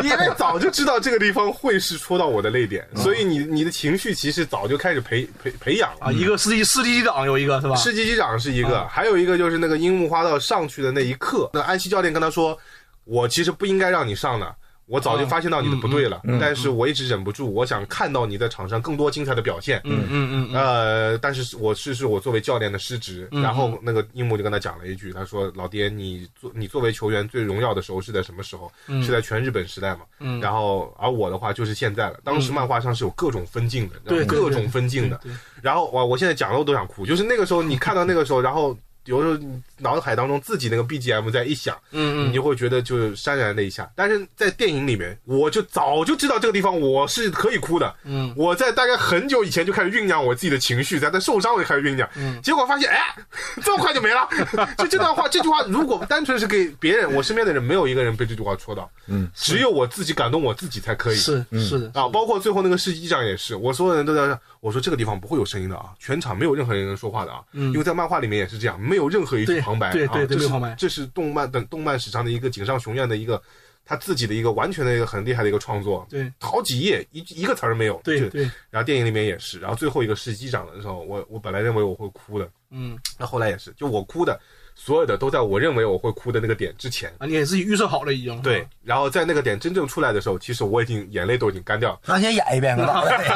S2: 因为早就知道这个地方会是戳到我的泪点，
S3: 嗯
S2: 所以你你的情绪其实早就开始培培培养了
S3: 啊，。一个司机司机机长有一个是吧？啊
S2: 世纪机长是一个，还有一个就是那个樱木花道上去的那一刻，那安西教练跟他说：“我其实不应该让你上的，我早就发现到你的不对了，
S3: 嗯
S2: 但是我一直忍不住，我想看到你在场上更多精彩的表现。”
S3: 嗯嗯嗯
S2: 呃，但是我是是我作为教练的失职，然后那个樱木就跟他讲了一句，他说：“老爹，你作你作为球员最荣耀的时候是在什么时候？
S3: 嗯
S2: 是在全日本时代嘛？然后而我的话就是现在了。当时漫画上是有各种分镜的，然后
S3: 嗯对对
S2: 各
S3: 对
S2: 种分镜的
S3: 对对。
S2: 然后我我现在讲了我都想哭，就是那个时候你看到那个时候，然后有时候你脑海当中自己那个 BGM 在一响，
S3: 嗯
S2: 你
S3: 嗯，
S2: 就会觉得就是潸然泪下。但是在电影里面，我就早就知道这个地方我是可以哭的。
S3: 嗯，
S2: 我在大概很久以前就开始酝酿我自己的情绪，在他受伤我就开始酝酿。
S3: 嗯
S2: 结果发现，哎， 这么快就没了。 就这段话，这句话如果单纯是给别人，我身边的人没有一个人被这句话戳到。
S1: 嗯，
S2: 只有我自己感动我自己才可以。
S3: 是是的，
S2: 啊，包括最后那个试衣上也是，我所有人都在，我说这个地方不会有声音的啊，全场没有任何人能说话的啊，因为在漫画里面也是这样，没有任何一句
S3: 嗯对
S2: 旁白，
S3: 对
S2: 啊
S3: 对
S2: 这
S3: 对没有
S2: 是
S3: 旁白
S2: 这是动漫等动漫史上的一个井上雄彦的一个他自己的一个完全的一个很厉害的一个创作，
S3: 对
S2: 好几页一一个词儿没有，
S3: 对
S2: 就
S3: 对，
S2: 然后电影里面也是，然后最后一个试机长的时候，我我本来认为我会哭的，
S3: 嗯
S2: 那后来也是，就我哭的所有的都在我认为我会哭的那个点之前。
S3: 啊，你给自己预设好了已经。
S2: 对，然后在那个点真正出来的时候，其实我已经眼泪都已经干掉了，
S1: 那先演一遍，搁 脑袋里，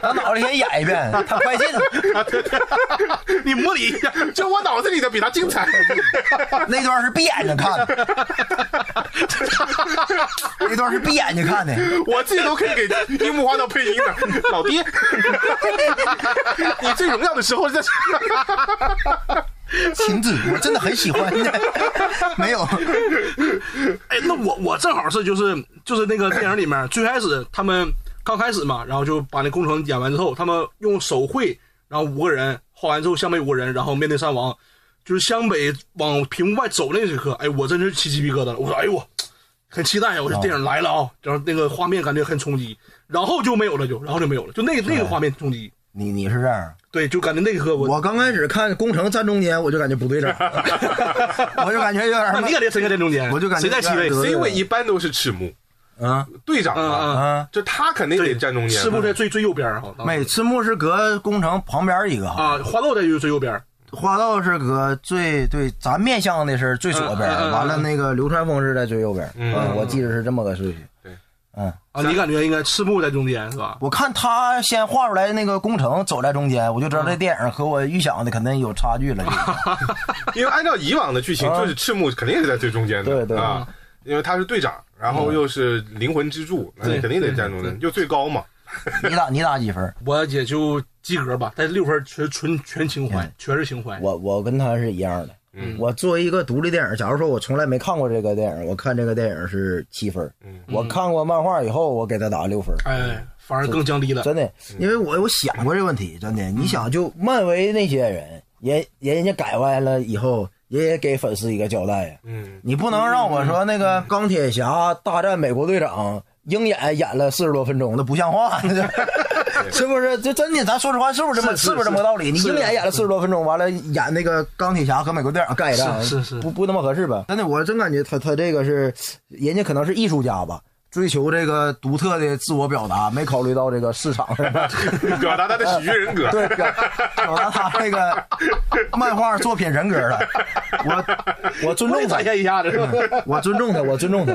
S1: 搁脑袋先演一遍，他快进。
S3: 你模拟一下，
S2: 就我脑子里的比他精彩。
S1: 那段是闭眼睛看 的，那段是闭眼睛看的。
S2: 我自己都可以给樱木花道配音的，老爹，你最荣耀的时候是在什么？
S1: 晴子，我真的很喜欢。没有，
S3: 哎，那我我正好是就是就是那个电影里面最开始他们刚开始嘛，然后就把那工程演完之后，他们用手绘，然后五个人画完之后，湘北五个人，然后面对山王，就是湘北往屏幕外走那一刻，哎，我真是起鸡皮疙瘩了。我说，哎呦我。很期待呀！我说电影来了啊、然后那个画面感觉很冲击，然后就没有了就，然后就没有了，就那那个画面冲击，
S1: 你你是这样。
S3: 对，就感觉那一刻我，
S1: 我刚开始看工程站中间，我就感觉不对劲儿， 我就感觉有点
S3: 那
S1: 儿
S3: 你感觉谁在中间？
S1: 我就感觉
S3: 谁在七位
S1: 有？点
S2: C 位一般都是赤木
S1: 啊
S2: 队长
S3: 嗯
S2: 嘛，
S1: 啊！
S2: 就他肯定得站中间。嗯
S3: 赤木在最最右边儿哈，啊当时
S1: 每次木是搁工程旁边一个哈，
S3: 啊，花豆在最右边儿，
S1: 花道是搁最对咱面向的是最左边
S3: 嗯嗯嗯
S1: 儿，
S3: 嗯
S1: 完了那个流川枫是在最右边儿。
S2: 嗯
S1: 嗯，我记得是这么个顺序。
S2: 对，
S1: 嗯，
S3: 啊，你感觉应该赤木在中间是吧？
S1: 我看他先画出来那个工程走在中间，我就知道这电影和我预想的肯定有差距了。
S2: 因为按照以往的剧情，就是赤木肯定是在最中间
S1: 嗯
S2: 的，
S1: 对对
S2: 啊。因为他是队长，然后又是灵魂支柱，那你肯定得站中间，就最高嘛。
S1: 你打你打几分？
S3: 我也就及格吧，但是六分全纯全情怀
S1: 嗯，
S3: 全是情怀。
S1: 我我跟他是一样的。我作为一个独立电影，假如说我从来没看过这个电影，我看这个电影是七分。我看过漫画以后，我给他打六分。
S3: 哎，反而更降低了。嗯
S1: 真的，因为我我想过这个问题，真的，你想就漫威那些人，人人家改完了以后，人也给粉丝一个交代呀。
S2: 嗯，
S1: 你不能让我说那
S3: 嗯
S1: 个钢铁侠大战美国队长鹰眼演了四十多分钟，那不像 话，是不是？这真的，咱说实话，是不是这么
S3: 是是
S1: 不是这么个道理？你
S3: 是啊
S1: 鹰眼演了四十多分钟，完了演那个钢铁侠和美国队长干一仗，
S3: 是是是
S1: 不不那么合适吧？真的，我真感觉他他这个是，人家可能是艺术家吧。追求这个独特的自我表达，没考虑到这个市场，
S2: 表达他的喜剧人格。
S1: 对，表表达他这个漫画作品人格了。我我尊重他
S3: 展，现一下子是吧？
S1: 我尊重他，我尊重他。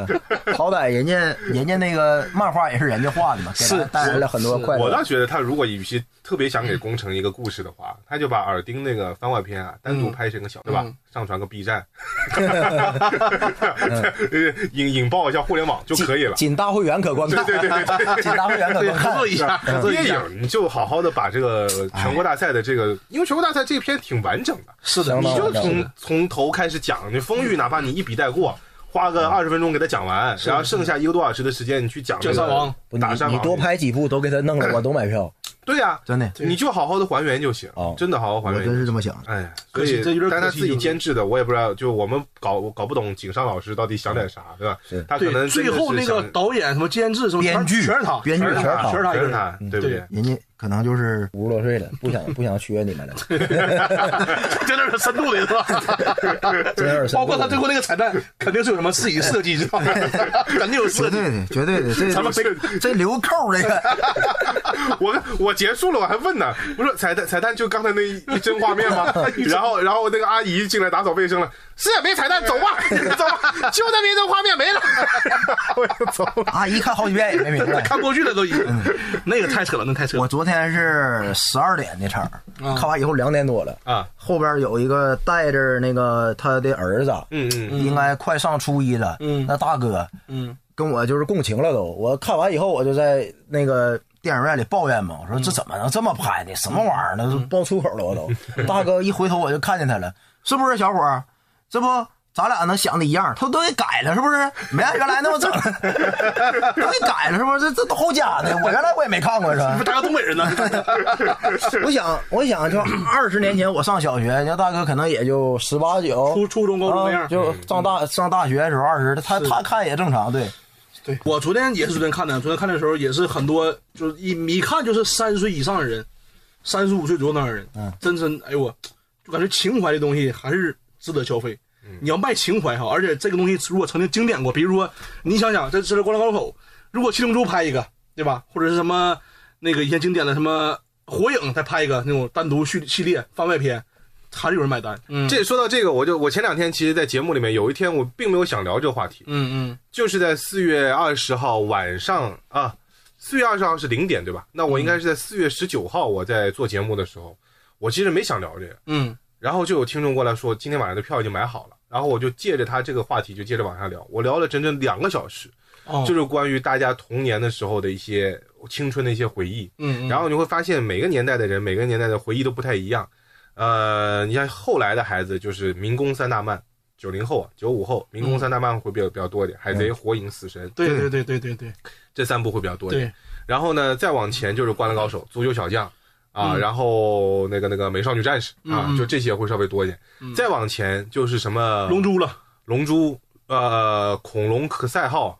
S1: 好歹人家人家那个漫画也是人家画的嘛，给他带来了很多快
S2: 我
S1: 乐。
S2: 倒觉得他如果与其特别想给工程一个故事的话，他就把耳钉那个番外篇啊单
S1: 嗯
S2: 独拍成个小，对吧？上传个 B 站，呃 引引爆一下互联网就可以了。
S1: 仅大会员可观看，
S2: 对对对对
S1: 仅大会员可
S3: 对，
S1: 观
S3: 合
S1: 看
S3: 作。一下，合作 一
S2: 电
S3: 下。
S2: 影你就好好的把这个
S1: 哎
S2: 全国大赛的这个，因为全国大赛这篇挺完整的，
S3: 是的，
S1: 相
S2: 你
S1: 当
S2: 就
S1: 完整
S2: 从从头开始讲，你风雨哪怕你一笔带过，花
S1: 嗯
S2: 个二十分钟给他讲完，然后剩下一个多小时的时间你去讲这
S3: 卷
S2: 个
S3: 三王
S1: 不
S2: 打山
S1: 你
S2: 王，
S1: 你多拍几部都给他弄了，我都买票，
S2: 对呀，
S1: 真的，
S2: 你就好好的还原就行
S1: 哦，
S2: 真的好好还
S1: 我
S2: 原
S1: 真。是这么想的。
S2: 哎呀，所
S3: 可惜
S2: 以
S3: 这有点
S2: 但
S3: 可
S2: 他
S3: 惜
S2: 自己
S3: 就是
S2: 监制的，我也不知道，就我们搞我搞不懂井上老师到底想点啥，对吧
S1: 是？
S2: 他可能
S3: 对，最
S2: 真的
S3: 后
S2: 是
S3: 那个
S2: 想
S3: 导演什么监制什么
S1: 编
S3: 全
S1: 剧
S3: 全是他，
S1: 编剧
S3: 全是
S1: 全是
S3: 他，
S1: 他
S3: 全是他一
S2: 全
S3: 个
S2: 是他
S3: 人。，
S2: 对不对？
S1: 人家可能就是五十多岁了，不想不想缺你们了。
S3: 真的是深度的是吧？
S1: 真有点深度
S3: 包括他最后那个彩蛋，肯定是有什么自己设计，知 道吗？肯定有设
S1: 绝
S3: 计。
S1: 对的，绝对的，
S2: 咱们
S1: 这这这留扣这个，
S2: 我 我结束了，我还问呢，不是彩蛋彩蛋就刚才那一一帧画面 吗？然后然后那个阿姨进来打扫卫生了，是啊没彩蛋，走吧 走吧，就那么一帧画面没了， 我就走了。
S1: 阿啊姨看好几遍也没明白。
S3: 看不过去了都已经，那个太扯了，那太扯
S1: 我
S3: 了。
S1: 昨天是十二点的场儿，看完以后两点多了
S2: 啊。
S1: 后边有一个带着那个他的儿子，
S2: 嗯嗯，
S1: 应该快上初一了，嗯，那大哥，
S3: 嗯，
S1: 跟我就是共情了都。我看完以后，我就在那个电影院里抱怨嘛，我说这怎么能这么拍呢？什么玩意儿呢？都爆粗口了我都。 大哥一回头我就看见他了，是不是小伙儿？这不。咱俩能想的一样，他都给改了，是不是？没按原来那么整，都给改了，是不是？这这都后加的，我原来我也没看过，是 吧？
S3: 大哥东北人呢？
S1: 我想，我想就二十年前我上小学，人家大哥可能也就十八九，
S3: 初初中高中那样
S1: 啊就上大上大学的时候二十，他他看也正常，对，
S3: 对，我昨天也是昨天看的，昨天看的时候也是很多，就是一一看就是三十岁以上的人，三十五岁左右那样的人，嗯，真真，哎呦我，就感觉情怀这东西还是值得消费。你要卖情怀哈，而且这个东西如果曾经经典过，比如说你想想，这这是《灌篮高手》，如果《七龙珠》拍一个，对吧？或者是什么那个以前经典的什么《火影》再拍一个那种单独续系列番外篇，还是有人买单。嗯
S2: 这说到这个，我就我前两天其实，在节目里面有一天我并没有想聊这个话题，
S3: 嗯嗯，
S2: 就是在四月二十号晚上啊，四月二十号是零点对吧？那我应该是在四月十九号我在做节目的时候，我其实没想聊这个。
S3: 嗯，
S2: 然后就有听众过来说，今天晚上的票已经买好了。然后我就借着他这个话题，就接着往下聊。我聊了整整两个小时，
S3: 哦，
S2: 就是关于大家童年的时候的一些青春的一些回忆。
S3: 嗯嗯
S2: 然后你会发现，每个年代的人，每个年代的回忆都不太一样。呃，你像后来的孩子，就是民工三大漫，九零后啊，九五后，民工三大漫会比较比较多一点，《海贼》《火影》《死神》
S3: 嗯对对对对对对
S2: 这三部会比较多一点。
S3: 对，
S2: 然后呢，再往前就是《灌篮高手》《足球小将》啊，
S1: 嗯
S2: 然后那个那个《美少女战士》啊，就这些会稍微多一点。
S1: 嗯
S2: 再往前就是什么《
S3: 龙珠》了。
S2: 龙珠呃恐龙可赛号，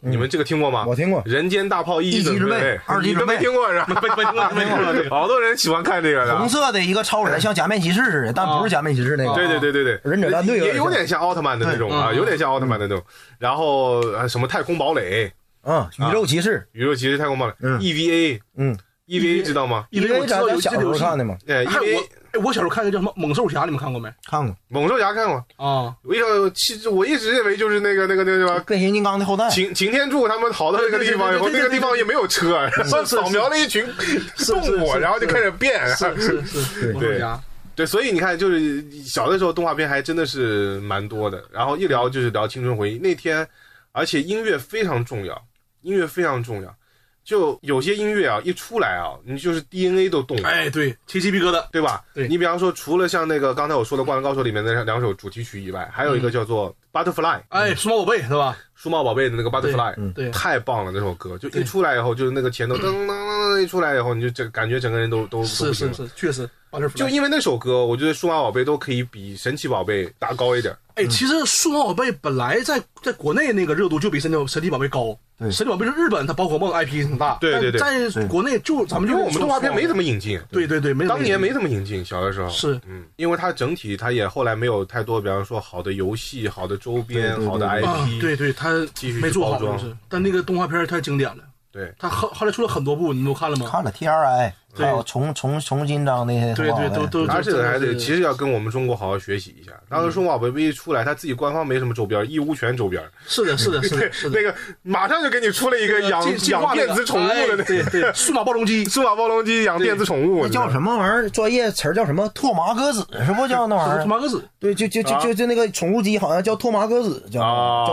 S2: 你们这个听过吗？
S1: 嗯我听过
S2: 人间大炮一
S1: 一级
S2: 准
S1: 准备二级
S2: 你都
S1: 准备
S2: 没听过是 吧？
S3: 没没听过没听过这个。
S2: 好多人喜欢看这个
S3: 啊
S2: 的
S1: 红。色的一个超
S3: 嗯
S1: 人像假面骑士似的，但不是假面骑士那个，
S2: 对对对对对，
S1: 忍者战队有
S2: 也
S1: 点像嗯
S2: 有点像奥特曼的那种啊，有点像奥特曼的那种。然后啊什么太空堡垒、
S1: 嗯，
S3: 啊
S1: 宇宙骑士，
S2: 宇宙骑士、太空堡垒、，E
S1: 嗯
S2: EVA、
S1: 嗯，，E
S2: EVA 知道吗？
S3: 因
S1: 因
S3: 为我
S1: 为
S3: 知
S1: 咱
S3: 道
S1: 咱
S3: 有
S1: 小
S3: 这
S1: 时
S3: 游
S1: 候
S3: 戏。
S1: 看的嘛，
S2: 哎
S3: 还有我
S2: ，EVA
S3: 哎，我小时候看一个叫什么《猛兽侠》，你们看过没？
S1: 看过
S2: 猛兽侠看过。
S3: 啊，
S2: 我一直其实我一直认为就是那个那个那个什么。
S1: 变形金刚的后代，
S2: 擎擎天柱他们逃到那个地方以后，
S3: 对对对对对
S2: 那个地方也没有车，然后
S3: 是是
S2: 扫描了一群动
S3: 是
S2: 物，
S3: 是
S2: 然后就开始变。
S3: 是是是，猛兽侠。
S2: 对，所以你看，就是小的时候动画片还真的是蛮多的。然后一聊就是聊青春回忆。那天而且音乐非常重要，音乐非常重要。就有些音乐啊，一出来啊，你就是 DNA 都动了。
S3: 哎，对，起鸡皮疙瘩。
S2: 对吧？
S3: 对
S2: 你比方说，除了像那个刚才我说的《灌篮高手》里面的那两首主题曲以外，还有一
S3: 嗯
S2: 个叫做《Butterfly》
S3: 哎，数码宝贝是吧？
S2: 数码宝贝的那个《Butterfly》，
S3: 对
S2: 太棒了！那首歌就一
S3: 对
S2: 出来以后，就是那个前头噔噔噔噔一出来以后，你就整感觉整个人都都都不行
S3: 是是
S2: 了。
S3: 是，确实。完事儿
S2: 就因为那首歌，我觉得数码宝贝都可以比神奇宝贝打高一点。
S3: 哎，其实数码宝贝本来在在国内那个热度就比神奇神奇宝贝高。
S1: 对
S3: 神奇宝贝是日本，它宝可梦 IP 很大。
S2: 对对对
S3: 但在国内就咱们
S2: 因
S3: 就
S2: 为我们动画片没怎
S3: 么
S2: 么引进，
S3: 对对对，没怎么
S2: 当年没怎么引进，小的时候
S3: 是
S2: 嗯，因为它整体它也后来没有太多，比方说好的游戏、好的周边、
S1: 对对对
S2: 好的
S1: 对
S2: IP，、
S3: 啊，对对，它
S2: 继续去
S3: 没做好
S2: 包装
S3: 就是。但那个动画片太经典了，
S2: 对
S3: 它后后来出了很多部，你们都看了吗？
S1: 看了 T R I，
S3: 对
S1: 还有重重重新章那些，
S3: 对对，都都
S2: 而且还得，
S3: 得
S2: 其实要跟我们中国好好学习一下。当
S3: 嗯
S2: 时数码宝贝一出来，他自己官方没什么周边，义乌全周边，
S3: 是的，是 的，是的，是的
S2: 那。个马上就给你出了一个养
S3: 进进
S2: 养
S3: 化那
S2: 电
S3: 个
S2: 子宠物的那
S3: 哎对
S2: 个。
S3: 对，数码暴龙 机
S2: 数码暴龙机养电子宠物，
S1: 那叫什
S2: 么？
S1: 么玩意儿？专业词儿叫什么？拓麻鸽子是不叫那玩意
S3: 他
S1: 儿？
S3: 妈个子，
S1: 对，就就
S3: 啊
S1: 就就就那个宠物鸡，好像叫拓麻鸽子，叫叫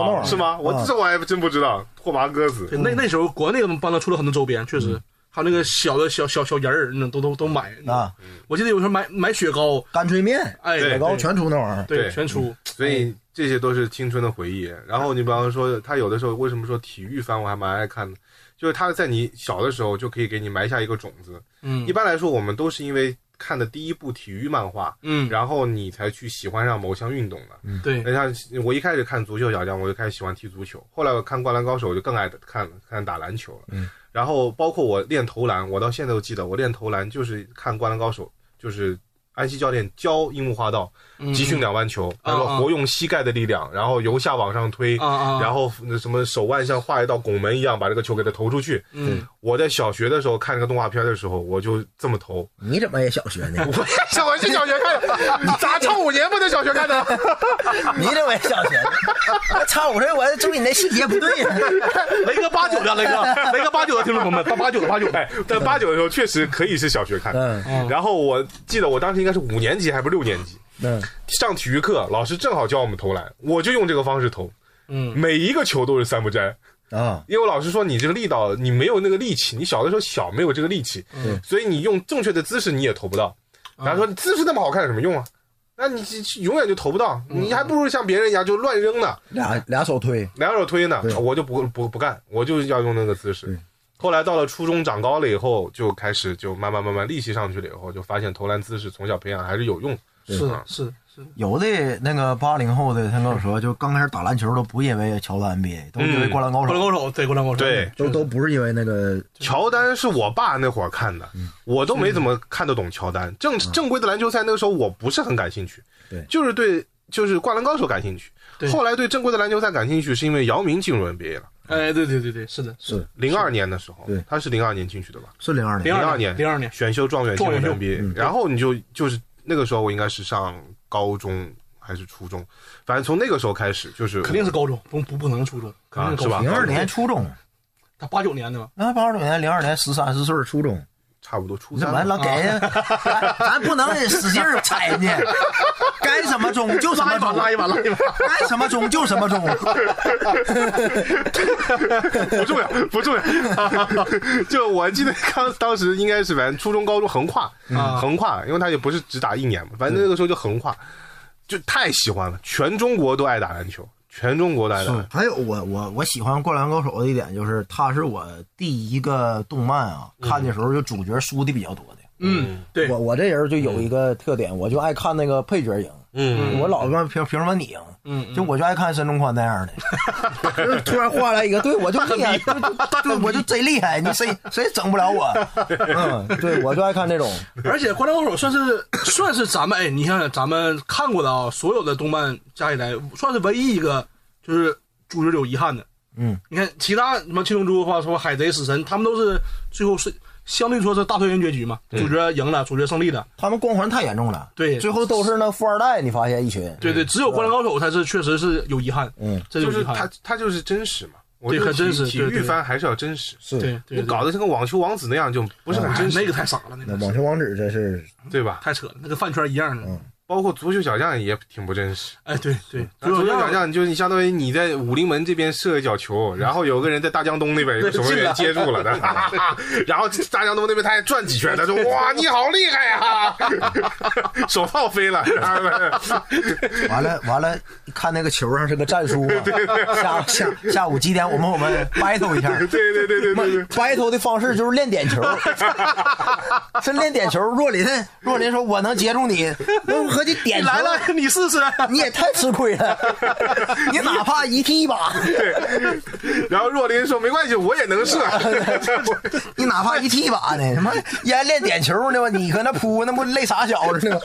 S1: 那玩意
S2: 啊，
S1: 儿
S2: 是吗？我
S1: 啊
S2: 这我还真不知道，拓麻鸽子。
S3: 对，那那时候国内帮他出了很多周边，确实，还有那个小的小小小人儿，那都都都买。
S1: 啊，
S3: 我记得有时候买买雪糕，
S1: 干脆面、
S3: 哎，
S2: 对
S1: 雪糕全出那玩意儿。
S3: 对
S2: 对
S3: 全出，
S2: 所以这些都是青春的回忆。然后你比方说，他有的时候为什么说体育番我还蛮爱看的，就是他在你小的时候就可以给你埋下一个种子。
S3: 嗯
S2: 一般来说，我们都是因为看的第一部体育漫画，
S3: 嗯，
S2: 然后你才去喜欢上某项运动
S1: 嗯
S2: 的。
S3: 对
S2: 那像我一开始看足球小将，我就开始喜欢踢足球，后来我看《灌篮高手》，我就更爱看看打篮球了。嗯，然后包括我练投篮，我到现在都记得，我练投篮就是看《灌篮高手》，就是安西教练教樱木花道集训两万球，他说
S3: 啊啊
S2: 活用膝盖的力量，然后由下往上推，
S3: 啊啊，
S2: 然后那什么手腕像画一道拱门一样把这个球给他投出去。
S3: 嗯，
S2: 我在小学的时候看这个动画片的时候，我就这么投，
S1: 你怎么也小学呢？
S2: 我小我是小学看的，咋唱五年不能小学看的？
S1: 你怎么也小学呢？我操！我说我注意你那细节不对呀。
S3: 哎雷哥八九的雷哥，雷哥八九的听众朋友们，八八九的八九 的，
S2: 哎，但八九的时候确实可以是小学看的。
S1: 嗯
S2: 然后我记得我当时应该是五年级还不是六年级，
S1: 嗯，
S2: 上体育课，老师正好教我们投篮，我就用这个方式投，
S3: 嗯，
S2: 每一个球都是三不沾，
S1: 啊，
S2: 因为我老师说你这个力道你没有那个力气，你小的时候小没有这个力气，
S1: 嗯
S2: 所以你用正确的姿势你也投不到。然后说你姿势那么好看有什么用啊？那你永远就投不到，
S1: 嗯
S2: 你还不如像别人一样就乱扔呢。
S1: 俩俩手推，
S2: 两手推呢
S1: 对，
S2: 我就不不不干，我就要用那个姿势
S1: 对。
S2: 后来到了初中长高了以后，就开始就慢慢慢慢力气上去了以后，就发现投篮姿势从小培养还是有用。
S3: 是的是的是的，
S1: 有的那个八零后的，他跟我说，就刚开始打篮球都不因为乔丹 NBA，都因为
S2: 嗯
S1: 灌篮高
S3: 灌篮
S1: 手，
S3: 高手，对灌篮高手，
S2: 对
S1: 都都不是因为那个
S2: 乔丹嗯是我爸那会儿看的，
S1: 嗯
S2: 我都没怎么看得懂乔丹。正正规的篮球赛那个时候我不是很感兴趣，
S1: 对
S2: 就是对就是灌篮高手感兴趣。
S3: 对
S2: 后来对正规的篮球赛感兴趣，是因为姚明进入 NBA 了，
S3: 哎，对对对对，是的，
S1: 是
S2: 零二年的时候
S1: 对，
S2: 他是零二年进去的吧？
S1: 是零二年
S3: 02
S2: 二
S3: 年
S2: 年，
S3: 02年
S2: 选秀状元进入
S3: 状元秀嗯
S2: NBA，然后你就就是那个时候我应该是上高中还是初中，反正从那个时候开始就是
S3: 肯定是高中，不不不可能初中，肯定高
S2: 啊
S3: 中
S2: 是
S1: 零
S2: 吧
S1: 二年初中，
S3: 他八九年的嘛，
S1: 那八九年零二年十三四岁儿初中，
S2: 差不多初
S1: 你怎
S2: 三
S1: 么
S2: 了。
S1: 老给人
S3: 啊
S1: 家，咱 咱不能使劲儿踩人家，该什么中就什么中，
S3: 一把拉一把，
S1: 该什么中就什么中，
S2: 不重要， 不重要。就我记得刚当时应该是反正初中、高中横跨，
S3: 嗯
S2: 横跨，因为他也不是只打一年嘛，反正那个时候就横跨，就太喜欢了，全中国都爱打篮球，全中国都爱打篮球。
S1: 还有我我我喜欢《灌篮高手》的一点就是，它是我第一个动漫啊，看的时候就主角输的比较多的。
S3: 嗯，对
S1: 我，我这人就有一个特点，我就爱看那个配角赢。
S2: 嗯，
S1: 我老跟凭凭什么你赢？
S3: 嗯
S1: 就我就爱看申中宽那样的， 就是突然换来一个，对我就厉害，就就就我就贼厉害，你 谁谁整不了我？嗯，对我就爱看这种，
S3: 而且《灌篮高手》算是算是咱们哎，你看咱们看过的啊，所有的动漫加起来，算是唯一一个就是主角有遗憾的。
S1: 嗯，
S3: 你看其他什么七龙珠啊，什么海贼、死神，他们都是最后是相对说是大团圆结局嘛，主角赢了，主角胜利了。
S1: 他们光环太严重了，
S3: 对
S1: 最后都是那富二代，你发现一群，
S3: 对对，只有《灌篮高手》才是确实是有遗憾，
S1: 嗯，
S3: 真
S2: 就
S3: 有
S2: 是
S3: 遗憾
S2: 他。，他就是真实嘛。我
S3: 对
S2: 觉得
S3: 很真
S2: 体
S3: 实
S2: 体
S3: 对
S2: 育
S3: 对
S2: 番还是要真实。
S1: 是
S3: 对对，
S2: 你搞得像个网球王子那样，就不是很
S3: 哎
S2: 真实，
S3: 那个太傻了，那
S1: 那
S3: 个
S1: 网球王子这是
S2: 对吧？
S1: 嗯
S3: 太扯了，那跟饭圈一样的。
S2: 包括足球小将也挺不真实。
S3: 哎，对对，
S2: 足球小
S3: 小将
S2: 将就是你相当于你在武陵门这边射一脚球，
S3: 嗯
S2: 然后有个人在大江东那边有个守门员接住 了的， 然后大江东那边他还转几圈，他说：“哇，你好厉害呀！” 手炮飞 了，然后
S1: 完了完了，看那个球上是个战书啊。下下下午几点我们我们 battle 一下。
S2: 对对对 对对对。
S1: battle 的方式就是练点球，是练点球。若琳，若琳说：“我能接住你。”我合计点球
S3: 来了，你试啊试。
S1: 你也太吃亏了，你哪怕一踢一把，
S2: 然后若琳说：“没关系，我也能 射。
S1: 你哪怕一踢一把呢？他妈人家练点球呢吧？你搁那扑，那不累傻小子呢吗？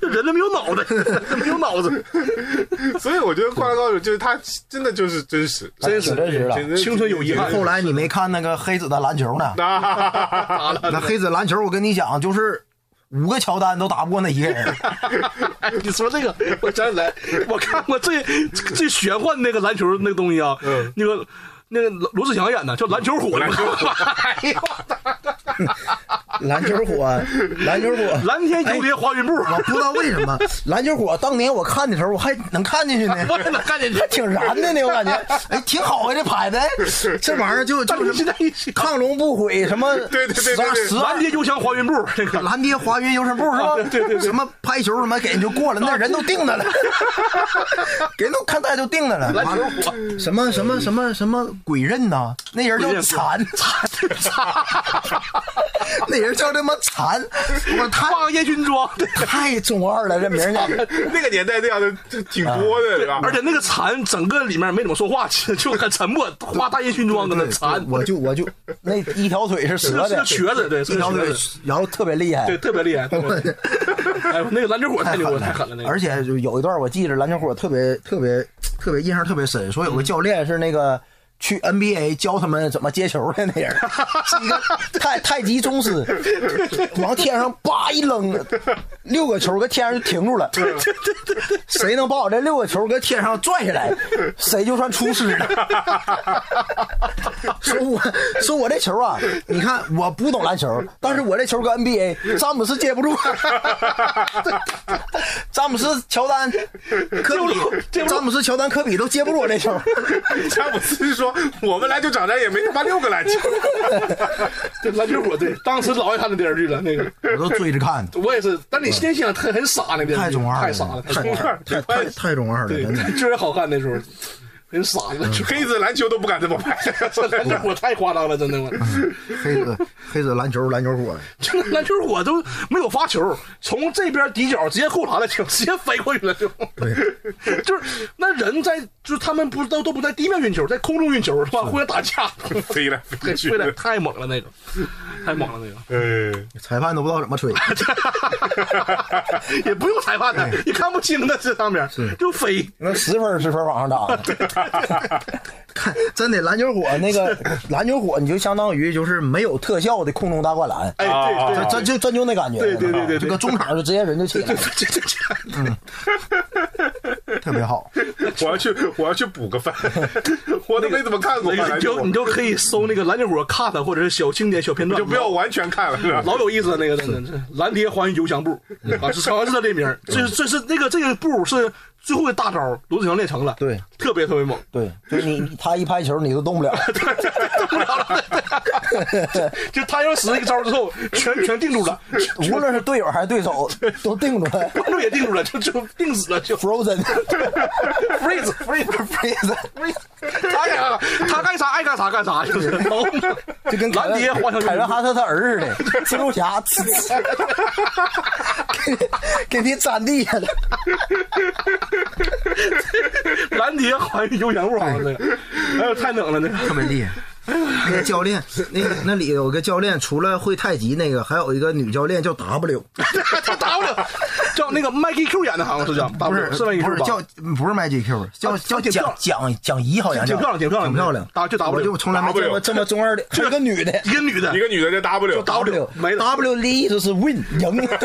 S3: 这人都没有脑袋，没有脑子，”
S2: 所以我觉得《灌篮高手》就是他真的就是真实，
S1: 真实真实了
S2: 真的
S3: 青春有遗 憾
S1: 后来你没看那个黑子的篮球呢？
S2: 啊！
S1: 那黑子篮球，我跟你讲，就是五个乔丹都打不过那一个人。
S3: 哎，你说这个， 我想起来，我看过最最玄幻那个篮球那个东西啊，
S2: 嗯
S3: 那个那个罗罗志祥演的叫《篮球虎》，篮球虎， 哎呦，
S1: 篮球 火，篮球火
S3: 蓝天蝴蝶花云步，
S1: 我不知道为什 么篮球火，当年我看的时候，我还能看进去呢，
S3: 我也能看进去
S1: 还挺燃的呢，我感 觉，哎，挺好啊，这拍的，哎这玩意儿就
S3: 但
S1: 就是是
S3: 现在一起看，
S1: 亢龙不悔，什么啊
S2: 对对对对对
S1: 十二
S3: 蓝天幽香花 云步，那
S1: 十
S3: 个
S1: 二蓝爹华约优胜部是吧？
S3: 啊对对对啊
S1: 什么拍球什么给人就过了，那人都定 那了，给人都看待就定那了，
S3: 篮
S1: 完
S3: 球
S1: 了
S3: 火。
S1: 什么什么什么什么鬼刃呐、那人叫残残 残， 那人叫他妈残，我太
S3: 放烟熏妆，对，
S1: 太中二了，这名儿叫。
S2: 那个年代这样的挺多的，对吧？
S3: 而且那个蝉整个里面没怎么说话， 就就很沉默，画大烟熏妆跟那蝉，
S1: 我就我就那一条腿是折的，
S3: 是个瘸子对是
S1: 一
S3: 个
S1: 条
S3: 瘸
S1: 腿
S3: 子，
S1: 然后特别厉害，
S3: 对，特别厉害。特 别厉害哎呦，那个篮球火太
S1: 太
S3: 牛了，
S1: 狠
S3: 太狠了，那个。
S1: 而且就有一段我记着篮球火特别特别特别印象特别深，说有
S3: 嗯
S1: 个教练是那个。去 NBA 教他们怎么接球的那人，是一个太太极宗 师，往天上叭一扔，六个球搁天上就停住了。 谁能把我这六个球搁天上拽下来，谁就算出师了。说我说我这球啊，你看我不懂篮球，但是我这球搁 NBA 詹姆斯接不住， 詹姆斯、乔丹、科比、詹姆斯、乔丹、科比都接不住我这球。
S2: 詹姆斯说：“我们篮球场上也没他妈六个篮球。”
S3: 对篮球火，对，当时老爱看那电视剧了，那个
S1: 我都追着看，
S3: 我也是。但你现在想想，很很傻那个电视
S1: 太
S3: 剧
S1: 中二了，
S3: 太傻了，
S1: 太
S3: 中
S1: 中
S3: 二
S1: 二
S3: 了，，
S1: 太太太中二了，
S3: 对
S1: 真的。，
S3: 确实好看那时候，很傻的， 就
S2: 黑子篮球都不敢这么拍，
S3: 篮球火太夸张了，真的我。
S2: 嗯
S1: 黑子黑子篮球篮球火，
S3: 这篮球火都没有发球，从这边底角直接后篮了，就直接飞过去了，就
S1: 对，
S3: 就是那人在，就是他们不都都不在地面运球，在空中运球是吧？互相打架，
S2: 飞来飞去
S3: 飞。来太猛了那个，太猛了那个。
S2: 呃，
S1: 裁判都不知道怎么吹。
S3: 也不用裁判的，也看不清的，这上面就飞。
S1: 那十分十分往上打的， 看真的篮球火那个篮球火，你就相当于就是没有特效的空中大灌篮，
S3: 哎，
S2: 啊
S3: 对对，
S1: 真就真就那感觉，
S3: 对对对对对
S1: 这个中场就直接人就起来了，
S3: 这这 这，
S1: 特别好。
S2: 我要去，我要去补个饭， 我 都没怎么看过
S3: 你
S2: 篮球
S3: 就，你就可以搜那个篮球火 cut 或者是小经典小片段，
S2: 就不要完全看了，是吧？
S3: 老有意思了。那个真的是蓝蝶还游 翔步啊，是好像是他这名儿，
S2: 嗯
S3: 这是这是那个这个步是最后的大招，罗志祥练成了，
S1: 对，
S3: 特别特别猛。
S1: 对，就是你他一拍球你都动不了，
S3: 动不了了，就他要使那个招之后， 全全定住了，
S1: 无论是队友还是对手都定住 了
S3: 观众也定住了，就就定 死了，就
S1: ，frozen。
S3: freeze freeze。
S1: freeze，
S2: 哎
S3: 他干啥？他干啥爱干啥干 啥，就是。
S1: 就跟凯
S3: 蓝
S1: 文
S3: 蝶换成
S1: 凯文哈特他儿似 的，蜘蛛侠，呲呲给 给你粘地下了。
S3: 蓝蝶还原悠闲物，好像这个。哎呦，太冷了那个。
S1: 特别厉害。那个教练，那个那里有个教练，除了会太极那个，还有一个女教练叫 W，
S3: 他打不了，叫那个麦 K Q 演的，好像是叫，不
S1: 是
S3: 是麦 K
S1: 不
S3: Q
S1: 是
S3: 吧？
S1: 叫不是 Magic Q，叫
S3: 啊
S1: 叫
S3: 挺漂
S1: 蒋
S3: 亮
S1: 蒋蒋怡，好像
S3: 挺
S1: 叫
S3: 漂亮挺漂亮
S1: 挺漂亮。
S3: 打就 W
S1: 我就从来没见过
S2: W
S1: 这么中二的，还有个女的
S3: 一个女的
S2: 一，个女的叫 W，
S3: W，没了
S1: W 的意思是 win 赢，太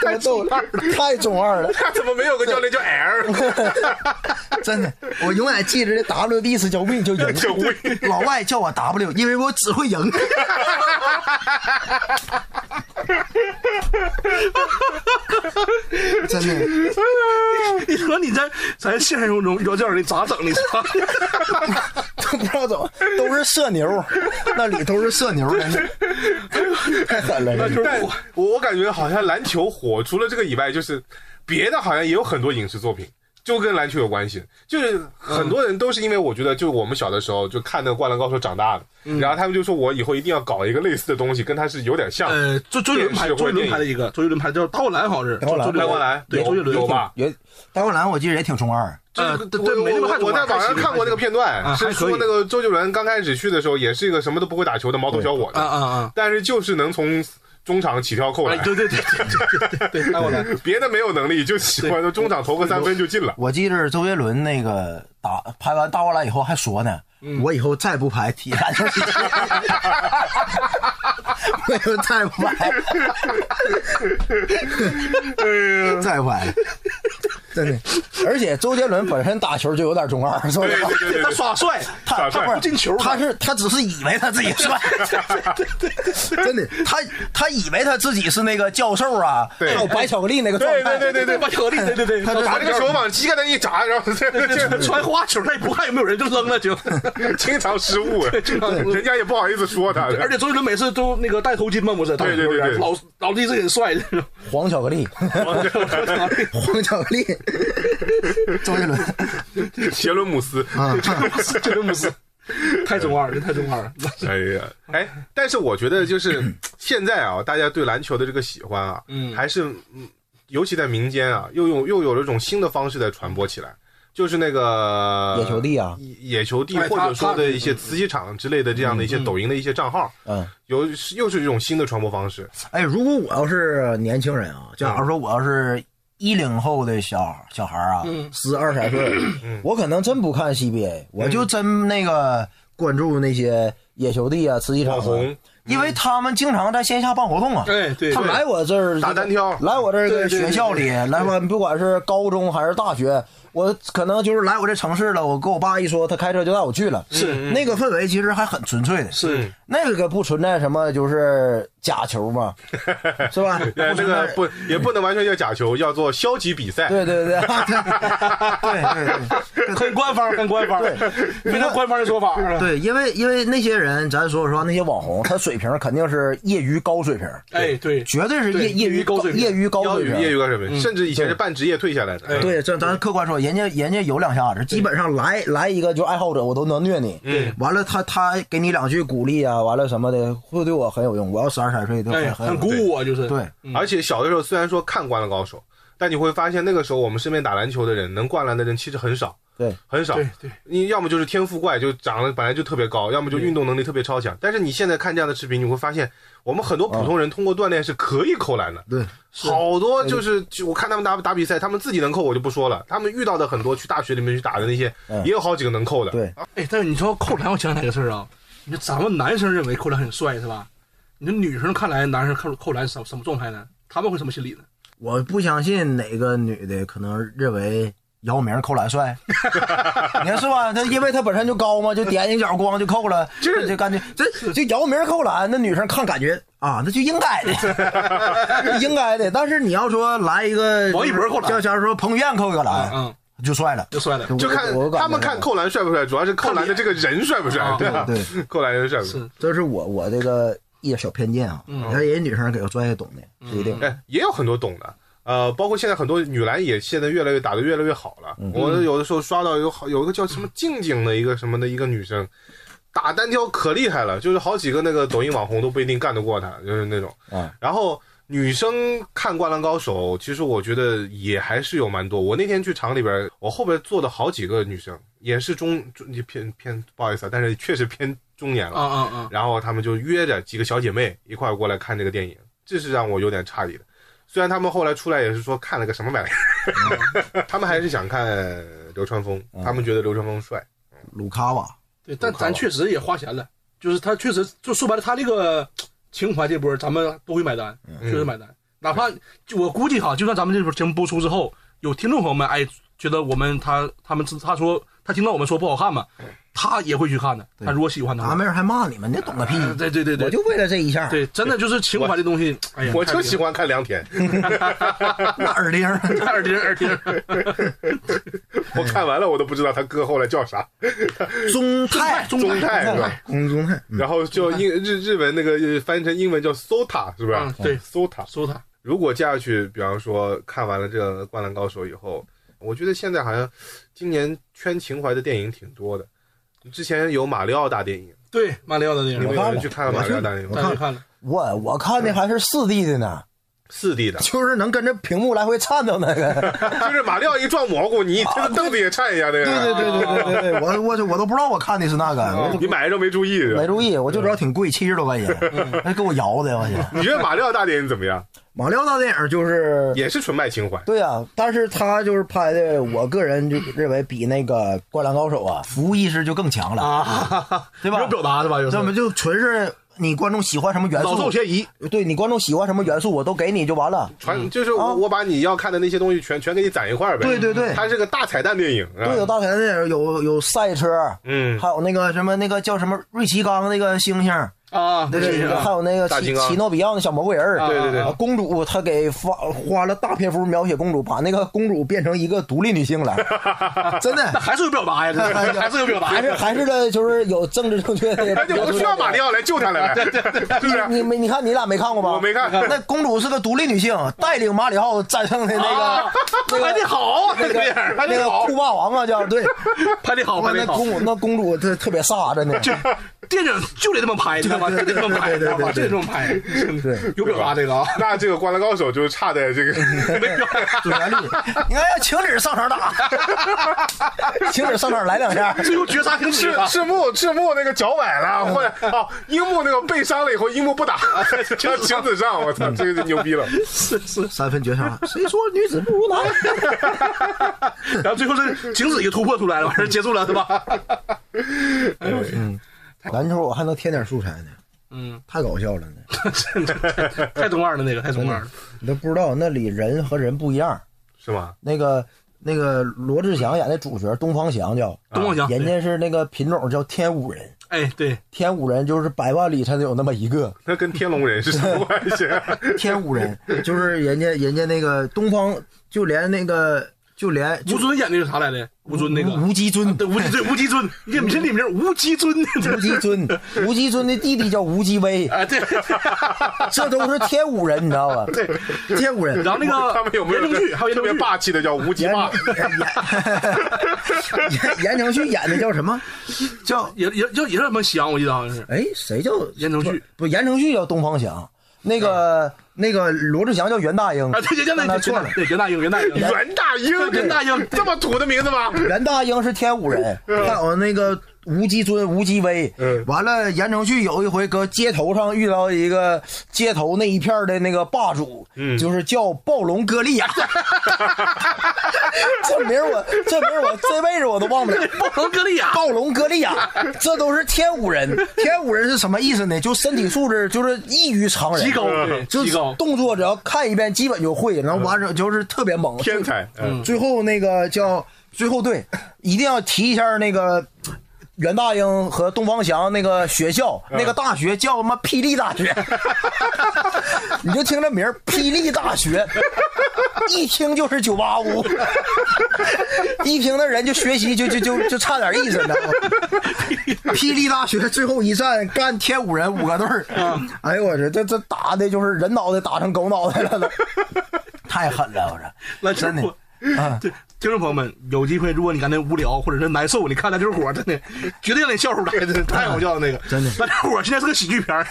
S1: 他妈逗了，太中二了。
S2: 他怎么没有个教练叫 L？
S1: 真的，我永远记着这 W 的意思叫 win 就赢，
S2: 叫 win
S1: 老外叫我 W，因为我只会赢。真的，
S3: 你说你在咱现实中中要这样的咋整？你操！
S1: 都不知道怎么，都是社牛，那里都是社牛，真的 太狠了，真的
S2: 但我我感觉好像篮球火，除了这个以外，就是别的好像也有很多影视作品，就跟篮球有关系。就是
S3: 嗯
S2: 很多人都是因为我觉得，就我们小的时候就看那个《灌篮高手》长大的，
S3: 嗯
S2: 然后他们就说我以后一定要搞一个类似的东西，跟他是有点像。
S3: 呃，周周杰伦拍，
S2: 电视
S3: 周
S2: 或
S3: 杰
S2: 者
S3: 伦拍的
S2: 电
S3: 一个，周杰伦拍的叫《大灌篮》，好像是。
S1: 灌篮
S3: 周杰
S2: 大灌
S3: 伦
S2: 篮
S3: 对，周杰伦
S2: 有吧
S1: 有大灌篮，我记得也挺中二，
S2: 这
S3: 呃
S2: 个
S3: 对
S2: 我
S3: 对没那么
S2: 我
S3: 看
S2: 我
S3: 重吧
S2: 在网
S3: 还
S2: 上
S3: 行
S2: 看过那个
S3: 还行
S2: 片段，
S3: 啊
S2: 是
S3: 还可
S2: 说
S3: 以
S2: 那个周杰伦刚开始去的时候，也是一个什么都不会打球的毛头小伙
S3: 啊
S2: 子，
S3: 啊啊！
S2: 但是就是能从中场起跳扣
S3: 哎，
S2: 篮，
S3: 对对对对对对，大灌篮。
S2: 别的没有能力，就喜欢中场投个三分就进了。
S1: 我记得周杰伦那个打拍完大灌篮以后还说呢，我以后再不拍踢篮 球踢，我以后再不拍，再不拍了，哎真的。而且周杰伦本身打球就有点中二，说
S2: 对
S1: 实话
S2: 对对对
S3: 他
S2: 对，
S3: 耍帅，
S1: 他他
S2: 耍帅
S1: 不是
S3: 进球了
S1: 他是他只是以为他自己 帅，真的，他他以为他自己是那个教授啊，还
S2: 对
S1: 有白巧克力那个状
S2: 对
S1: 态，
S2: 对对对对
S3: 把巧克力，哎对对对，
S1: 他这
S2: 把这个手往膝盖那一砸，然后这这
S3: 传花球，他也不看有没有人，就扔了 就。
S2: 经常失误，
S3: 经常失误
S2: 人家也不好意思说他。
S3: 而且周杰伦每次都那个戴头巾嘛，不是？
S2: 对对对对
S3: 老老弟是很帅的。
S1: 黄巧克力，黄巧克力， 周杰伦，
S2: 杰伦姆斯，
S1: 啊
S3: 杰伦姆斯，太中二了，太中二了。
S2: 哎呀， 哎，但是我觉得就是现在啊，大家对篮球的这个喜欢啊，嗯，还是嗯，尤其在民间啊，又有又有了一种新的方式在传播起来，就是那个
S1: 野球地啊
S2: 野野球地
S3: 哎
S2: 或
S3: 他
S2: 者说
S3: 他
S2: 的一些瓷器厂之类的这样的一些抖音的一些账号，
S1: 嗯，
S2: 有又是一种新的传播方式，
S1: 哎，如果我要是年轻人啊，假如说我要是一零后的小小孩啊，
S3: 嗯
S1: 十二三岁， 我可能真不看 CBA，我
S3: 嗯
S1: 就真那个关注那些野球帝啊、瓷器厂啊
S2: 网红，
S1: 因为他们经常在线下办活动啊。
S3: 对哎对
S1: 他
S3: 对
S1: 来我这儿
S2: 打单挑
S1: 来我这
S3: 对
S1: 个
S3: 对对
S1: 学校里，来我不管是高中还是大学，我可能就是来我这城市了，我跟我爸一说，他开车就带我去了。
S3: 是
S1: 那个氛围其实还很纯粹的，
S3: 是
S1: 那个不存在什么就是假球嘛，是吧？
S2: 呃，
S1: 不
S2: 那
S1: 存在
S2: 个不也不能完全叫假球，要做消极比赛。
S1: 对对 对，对对对
S3: 很官方，很官方，非常官方的说法。
S1: 对，因为因为那些人，咱说实话，那些网红，他水平肯定是业余高水平，
S3: 哎，对，
S1: 绝对是业
S3: 对
S1: 业
S3: 业
S1: 余
S3: 余高水平
S1: 业余高
S2: 业
S1: 水
S2: 余
S1: 平。
S2: 业余高水平，甚至以前是半职业退下来的。
S1: 哎对，这咱客观说，人家人家有两下子，基本上来来一个就爱好者，我都能虐你。嗯，完了他他给你两句鼓励啊，完了什么的，会对我很有用。我要十二三岁，对
S3: 哎，
S1: 我很
S3: 很
S1: 有
S3: 鼓
S1: 用。
S3: 舞啊，就是
S1: 对，
S2: 嗯而且小的时候虽然说看《灌篮高手》，但你会发现那个时候我们身边打篮球的人，能灌篮的人其实很少，
S1: 对，
S2: 很少。
S3: 对对，
S2: 你要么就是天赋怪，就长得本来就特别高，要么就运动能力特别超强。但是你现在看这样的视频，你会发现我们很多普通人通过锻炼是可以扣篮的。
S1: 嗯对，
S2: 好多
S1: 嗯
S2: 就是就我看他们打打比赛，他们自己能扣我就不说了，他们遇到的很多去大学里面去打的那些，也有好几个能扣
S1: 嗯
S2: 的。
S1: 对
S3: 哎，但是你说扣篮，我想起来个事儿啊，你说咱们男生认为扣篮很帅是吧？你说女生看来男生扣扣篮什么什么状态呢？他们会什么心理呢？
S1: 我不相信哪个女的可能认为姚明扣篮帅， 你看是吧？他因为他本身就高嘛，就点一脚光就扣了，这就感觉这就姚明扣啊篮，那女生看感觉啊，那就应该的，应该的。但是你要说来一个
S3: 王一博扣篮
S1: 像假如说彭于晏扣一个篮，
S3: 嗯，
S1: 就帅了，
S3: 就帅了。
S2: 就看
S1: 我我感觉
S2: 他们看扣篮帅不帅，主要是扣篮的这个人帅不帅，
S3: 看
S2: 对吧？
S1: 啊对，
S2: 扣篮人帅不帅
S3: 是？
S1: 这是我我这个一小偏见啊。你看人家女生给我专业懂的，这一定。
S2: 哎，也有很多懂的。呃，包括现在很多女篮也现在越来越打得越来越好了。我有的时候刷到有好有一个叫什么静静的一个什么的一个女生，打单挑可厉害了，就是好几个那个抖音网红都不一定干得过她，就是那种。
S1: 嗯
S2: 然后女生看《灌篮高手》，其实我觉得也还是有蛮多。我那天去厂里边，我后边坐的好几个女生，也是中中偏偏不好意思啊，但是确实偏中年了。
S3: 啊啊啊！
S2: 然后他们就约着几个小姐妹一块儿过来看这个电影，这是让我有点诧异的。虽然他们后来出来也是说看了个什么玩意儿， 他们还是想看流川枫，他们觉得流川枫帅。
S1: 卢卡瓦，
S3: 对，但咱确实也花钱了，就是他确实就说白了，他这个情怀这波咱们都会买单，确实买单。哪怕就我估计哈，就算咱们这波节目播出之后，有听众朋友们哎觉得我们他他们他说他听到我们说不好看嘛，他也会去看的。他如果喜欢的话哎
S1: 俺，妹儿还骂你们，你懂个屁！
S3: 对对对对
S1: 我就为了这一下，
S3: 对，真的就是情怀这东西，哎呀，
S2: 我就喜嗯欢看良田，
S1: 那耳钉儿，
S3: 太耳钉耳钉。
S2: 我看完了我都不知道他哥后来叫啥，
S1: 中泰
S3: 哎 中
S2: 中泰是吧？
S1: 嗯，中泰，嗯
S2: 然后就英日日文那个呃翻译成英文叫 Sota 是不
S3: 嗯
S2: 是？
S3: 对
S2: ，Sota。
S3: 搜他，
S2: 如果接下去，比方说看完了这个《灌篮高手》以后，我觉得现在好像今年圈情怀的电影挺多的。之前有马里奥大电影，
S3: 对马里奥的
S2: 你
S3: 电影
S2: 们，
S1: 看
S2: 有
S1: 了
S2: 人去看了马里奥大电影
S1: 嗯我
S2: 吗？
S1: 看
S3: 大家看了，
S1: 我我看的还是四 D 的呢，
S2: 四 D 的，
S1: 就是能跟着屏幕来回颤抖那个。
S2: 就是马里奥一撞蘑菇，你这个凳子也颤一下那个。
S1: 对对对对对对对，我我我都不知道我看的是那个，我
S2: 你买的时候没注意是吧
S1: 没注意，我就知道挺贵，七十多块钱，还给我摇的，我去。
S2: 你觉得马里奥大电影怎么样？
S1: 嗯 马里奥大电影就是，
S2: 也是纯卖情怀。
S1: 对啊，但是他就是拍的，我个人就认为比那个《灌篮高手》啊，服务意识就更强了，
S3: 啊，
S1: 对吧
S3: 有表达是吧？有
S1: 这不就纯是你观众喜欢什么元
S3: 老
S1: 素
S3: 少，咸宜，
S1: 对你观众喜欢什么元素，我都给你就完了。
S2: 传就是我我把你要看的那些东西全全给你攒一块儿
S1: 嗯
S2: 呗。
S1: 啊对对对
S2: 它是个大彩蛋电影。是吧
S1: 对，有大彩蛋电影，有有赛车，
S2: 嗯
S1: 还有那个什么那个叫什么瑞奇刚那个猩猩，
S3: 啊，
S1: 对
S3: 是
S1: 对，
S3: 啊
S1: 还有那个
S2: 大
S1: 奇
S2: 金刚
S1: 奇诺比奥那小魔鬼人儿，
S2: 对对对
S1: 啊公主她给花花了大篇幅描写公主，把那个公主变成一个独立女 性了，真的
S3: 那还是有表达呀，这是还是有表达
S1: 哎还是
S3: 呀。
S1: 还是个就是有政治正确的，
S2: 而且我需要马里奥来救他来 了，是不
S1: 你
S2: 是？
S1: 你没你看你俩没看过吧？
S2: 我没看
S1: 那公主是个独立女性，带领马里奥战胜的那个那
S3: 拍
S1: 个
S3: 的啊好，啊这
S1: 那
S3: 个电影
S1: 个
S3: 拍
S1: 那
S3: 的
S1: 个
S3: 好
S1: 酷，霸王啊，叫对。
S3: 拍的好，
S1: 哇
S3: 拍
S1: 那
S3: 的好
S1: 公。主那公主她特别飒，啊真的。
S3: 电影就得这么拍，你知道吗？就得这么拍，知道吗？就得这么拍，
S1: 对
S3: 有表达这个啊。
S2: 那这个《灌篮高手》就是差在 这个
S1: 主 旋律，你看要情侣上场 打，情侣上场来两下，
S3: 最后绝杀停止
S2: 赤
S3: 了，
S2: 赤木赤木那个脚崴了， 或者啊樱木那个被伤了以后，樱木不打， 叫晴子上，我操，这个就牛逼了。
S3: 是是。
S1: 三分绝杀。谁说女子不如男？
S3: 然后最后是景子一个突破出来了，完事儿结束了，对吧？
S1: 篮球我还能添点素材呢，嗯，太搞笑了呢。
S3: 真的太中二了，那个太中二了。
S1: 你都不知道那里人和人不一样。
S2: 是吗？
S1: 那个那个罗志祥演的主角东方翔叫
S3: 啊东方翔
S1: 人家是那个品种叫天武人，
S3: 哎，对，
S1: 天武人就是百万里才能有那么一个。
S2: 那跟天龙人是什么关系？ 啊
S1: 天武人就是人家人家那个东方，就连那个就连就
S3: 吴尊演的是啥来着？吴尊那个，啊
S1: 无极尊，
S3: 对，吴极对吴极尊，你这你这里面吴极尊，
S1: 无极尊，无极尊的弟弟叫无极威，
S3: 哎，对。
S1: 这都是天武人，你知道吧？对，天武人。
S3: 然后那个
S2: 他们有没有
S3: 言承旭，还有言
S2: 特
S3: 承
S2: 别
S3: 旭，
S2: 霸气的叫无极
S1: 言
S2: 霸？
S1: 言言言承旭演的叫什么？叫
S3: 也也叫也叫什么翔，我记得好像是。
S1: 哎，谁叫
S3: 言承旭？
S1: 不，言承旭叫东方翔，那个那个罗志祥叫袁大英
S3: 啊，对，袁大
S1: 那
S3: 英，
S1: 错了。
S3: 对，袁大英，袁大英，
S2: 袁大英，
S3: 袁大英
S2: 这么土的名字吗？
S1: 袁大英是天武人，
S3: 嗯
S1: 还有那个吴极尊、吴极威。
S2: 嗯
S1: 完了，言承旭有一回搁街头上遇到一个街头那一片儿的那个霸主，
S3: 嗯
S1: 就是叫暴龙哥 利亚。这名儿我这名儿我这辈子我都忘不了。
S3: 暴龙哥利亚，
S1: 暴龙哥利亚，这都是天武 人。天武人是什么意思呢？就身体素质就是异于常人，
S3: 极高，对，
S1: 就
S3: 极高，
S1: 动作只要看一遍基本就会，然后完了就是特别猛，
S2: 天才， 嗯，
S1: 最后那个叫最后对，一定要提一下那个袁大英和东方翔那个学校，那个大学叫他妈霹雳大 学，你就听这名儿霹雳大学，一听就是九八五，一听那人就学习就就就就差点意思，你知道吗？霹雳大学最后一战干天五人五个队儿，哎呦我去，这这打的就是人脑袋打成狗脑袋 了都，太狠了，我
S3: 篮
S1: 这
S3: 球
S1: 真的嗯
S3: 火。。 对，听众朋友们，有机会，如果你感觉无聊或者是难受，你看篮球火，真的绝对让你笑出来，真的太好笑了那个。
S1: 真的
S3: 篮球火现在是个喜剧片儿，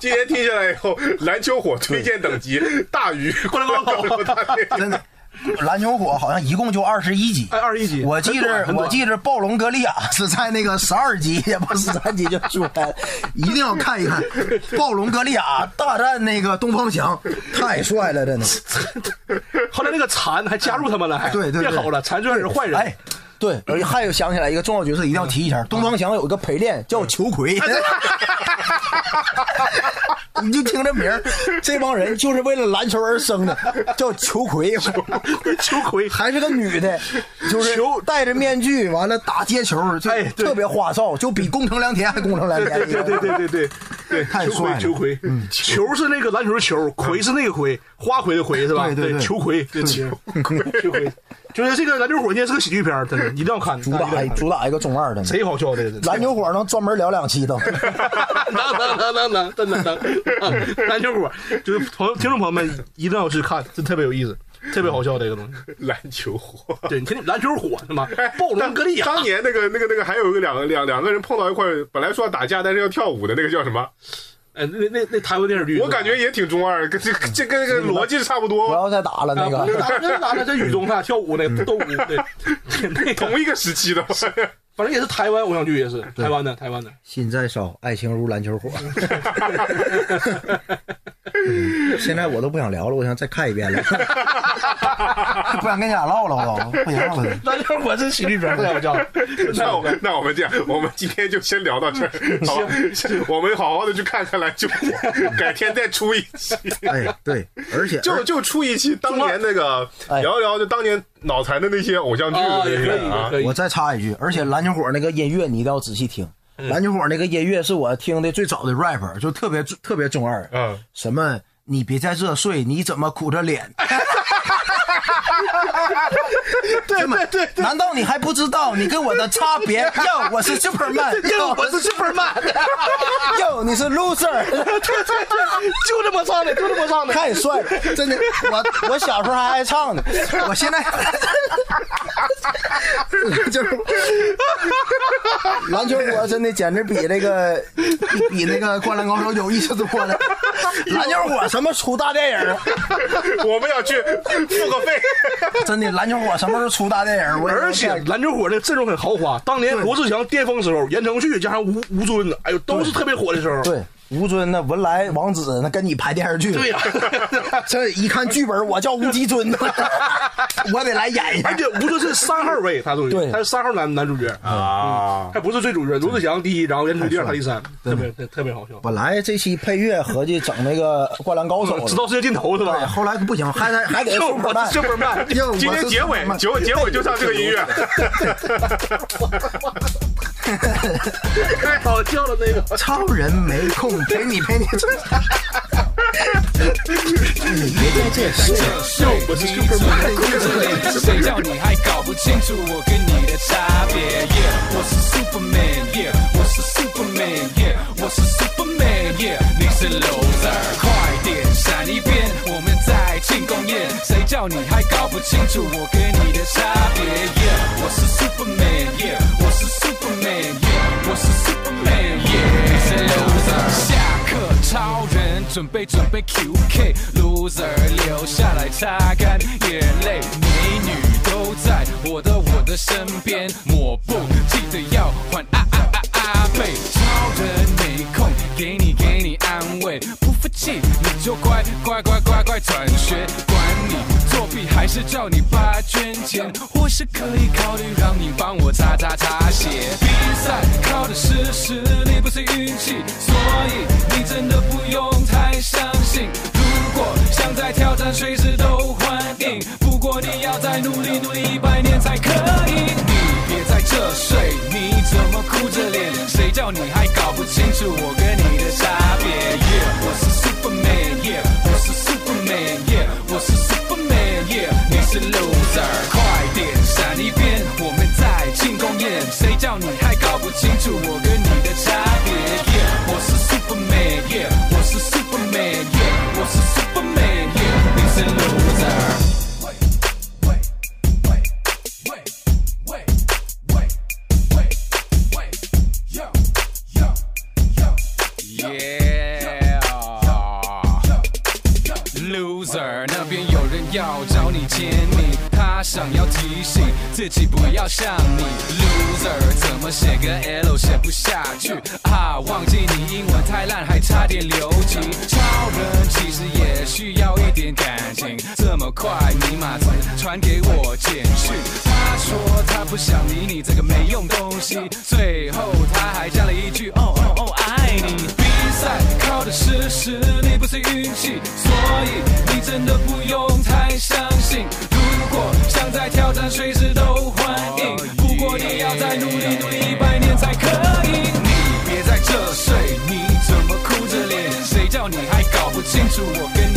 S2: 今天听下来以后，篮球火推荐等级大于
S3: 灌篮高手
S2: 大电影
S1: 真的，篮球火好像一共就二十一集。
S3: 哎，二十一集，
S1: 我记着，我
S3: 着
S1: 记着，暴龙哥利亚是在那个十二集，也不是十三集就出来了，一定要看一看《暴龙哥利亚大战那个东方翔》，太帅了，真的。
S3: 后来那个蝉还加入他们了，还
S1: 对对对
S3: 变好了，蝉虽然是坏人，
S1: 哎，对，而且还有想起来一个重要角色，一定要提一下。东方翔有一个陪练叫裘奎， 你就听这名儿，这帮人就是为了篮球而生的，叫裘奎，
S3: 秋葵，
S1: 还是个女 的，就是
S3: 裘
S1: 戴着面具，完了打街球，就
S3: 哎对
S1: 特别花哨，就比工程良田还工程良田。
S3: 对对对对对对对，
S1: 太
S3: 球
S1: 帅
S3: 葵
S1: 了嗯
S3: 球葵，球是那个篮球的球，葵是那个葵，花葵的葵是吧？
S1: 对对嗯对
S3: 球葵，对球葵，球葵，就是这个篮球火箭是个喜剧片儿，真的一定要看，
S1: 主
S3: 大家
S1: 打
S3: 一定要看
S1: 主打一个中二的，
S3: 贼好笑的，真的
S1: 篮球火能专门聊两期都。
S3: 当当当当当当当当，篮球火就是朋友听众朋友们一定要去看，这特别有意思，特别好笑的一个东西。
S2: 篮球火。
S3: 对，你听篮球火他妈 暴龙格利啊亚，
S2: 当年那个那个那个，还有一个两个两两个人碰到一块儿，本来说要打架，但是要跳舞的那个叫什么？
S3: 哎，那那那台湾电视剧，
S2: 我感觉也挺中二，跟这这跟那个逻辑差不
S1: 不
S2: 多，
S1: 要再打了那
S3: 啊，不是
S1: 个，
S3: 打那打那在雨中看跳舞那斗舞，对， 那个
S2: 同一个时期的。
S3: 反正也是台湾偶像剧，也是台湾的，台湾的。
S1: 心在烧，爱情如篮球 火。现在我都不想聊了，我想再看一遍 了，不想跟你俩唠了，我都不行了，我都
S3: 篮球火是喜剧片，我 叫。
S2: 那我那我们这样，我们今天就先聊到这儿，好吧？ 我们好好的去看看篮球，改天再出一期，
S1: 哎，对，而且
S2: 就就出一期当年那个
S1: 哎
S2: 聊一聊，就当年脑残的那些偶像剧
S3: 啊，
S2: 的
S3: 也
S2: 那
S3: 可以，
S2: 个
S3: 也
S2: 啊。
S3: 可以。
S1: 我再插一句，而且篮球火那个音乐你一定要仔细听。篮球火那个音乐是我听的最早的 rap，就特别特别中二。
S2: 嗯，
S1: 什么？你别在这睡，你怎么苦着脸？ 对对对，难道你还不知道你跟我的差 别？哟，我是 Superman，哟，我是 Superman，哟，你是 loser，
S3: 就这么唱的，就这么 唱的。
S1: 太帅了，真的，我我小时候还爱唱 呢，我现在 就是篮球火真的简直比那个比那个灌篮高手有意思多 了，篮球火什么出大电影啊？
S2: 我们要去付个费。
S1: 真的，篮球火什么时候出大电影？我也
S3: 而且
S1: 看
S3: 篮球火那阵容很豪华，当年罗志祥巅峰时候，言承旭加上吴吴尊，哎呦，都是特别火的时候。
S1: 对吴尊那文莱王子那跟你拍电视剧，
S3: 对呀，
S1: 这一看剧本，我叫吴极尊，我得来演一下
S3: 而。且吴尊是三号位，他属于
S1: 对
S3: 他是三号男男主角，嗯
S2: 啊，
S3: 还不是最主角。罗志祥第一，然后言承旭第二，他第三，特别特特别好笑。
S1: 本来这期配乐合计整那个《灌篮高手》，
S3: 直到世界尽头是
S1: 对，
S3: 吧？
S1: 哎后来不 行，还得还得
S3: 又我是 Superman
S1: 又
S2: 今
S1: 我
S2: 天
S1: 是
S2: 结尾
S1: Superman
S2: 结尾结尾就唱这个音乐。
S3: 太好笑了那个。
S1: 超人没空陪你陪你。 你别在这睡，
S3: 我是 Superman。
S4: 谁叫你还搞不清楚我跟你的差别？Yeah，我是 Superman，Yeah，我是 Superman，Yeah，我是 Superman，Yeah，你是 loser，快点闪一边，我们在庆功宴。谁叫你还搞不清楚我跟你的差别？Yeah，我是 Superman，Yeah，我是 Superman，Yeah，我是 Superman，Yeah，你是 loser。下课，超人准备准备 QK，loser 留下来擦干眼泪，美女都在我的我的身边，抹布记得要还啊啊啊啊背，超人没空给你给你安慰，不服气你就乖乖乖乖乖转学，管你作弊还是叫你爸捐钱，或是可以考虑让你帮我擦擦擦鞋。比赛靠的是实力，不是运气，所以你真的不用太相信。如果想再挑战，随时都欢迎。不过你要再努力努力一百年才可以。你别在这睡，你怎么哭着脸？谁叫你还搞不清楚我跟你的差别？Yeah，我是 Superman，Yeah，我是 Superman，Yeah，我是 Superman，Yeah，你是 loser。快点闪一边，我们在庆功宴，谁叫你还搞不清楚我跟你的差别？Yeah，我是 Superman，Yeah，我是 Superman，Yeah，我是 Superman，Yeah，你是 loser。Yeah，loser，那边有人要找你签名，他他想要提醒自己不要像你 loser，怎么写个 L 写不下去啊？忘记你英文太烂，还差点留级。超人其实也需要一点感情，这么快你码子传给我简讯，他说他不想理你这个没用东西，最后他还加了一句哦哦哦爱你。比赛靠的是实力，不是运气，所以你真的不用太相信。如果想再挑战，随时都欢迎。不过你要再努力，努力一百年才可以。你别在这睡，你怎么哭着脸？谁叫你还搞不清楚我跟 uh, uh.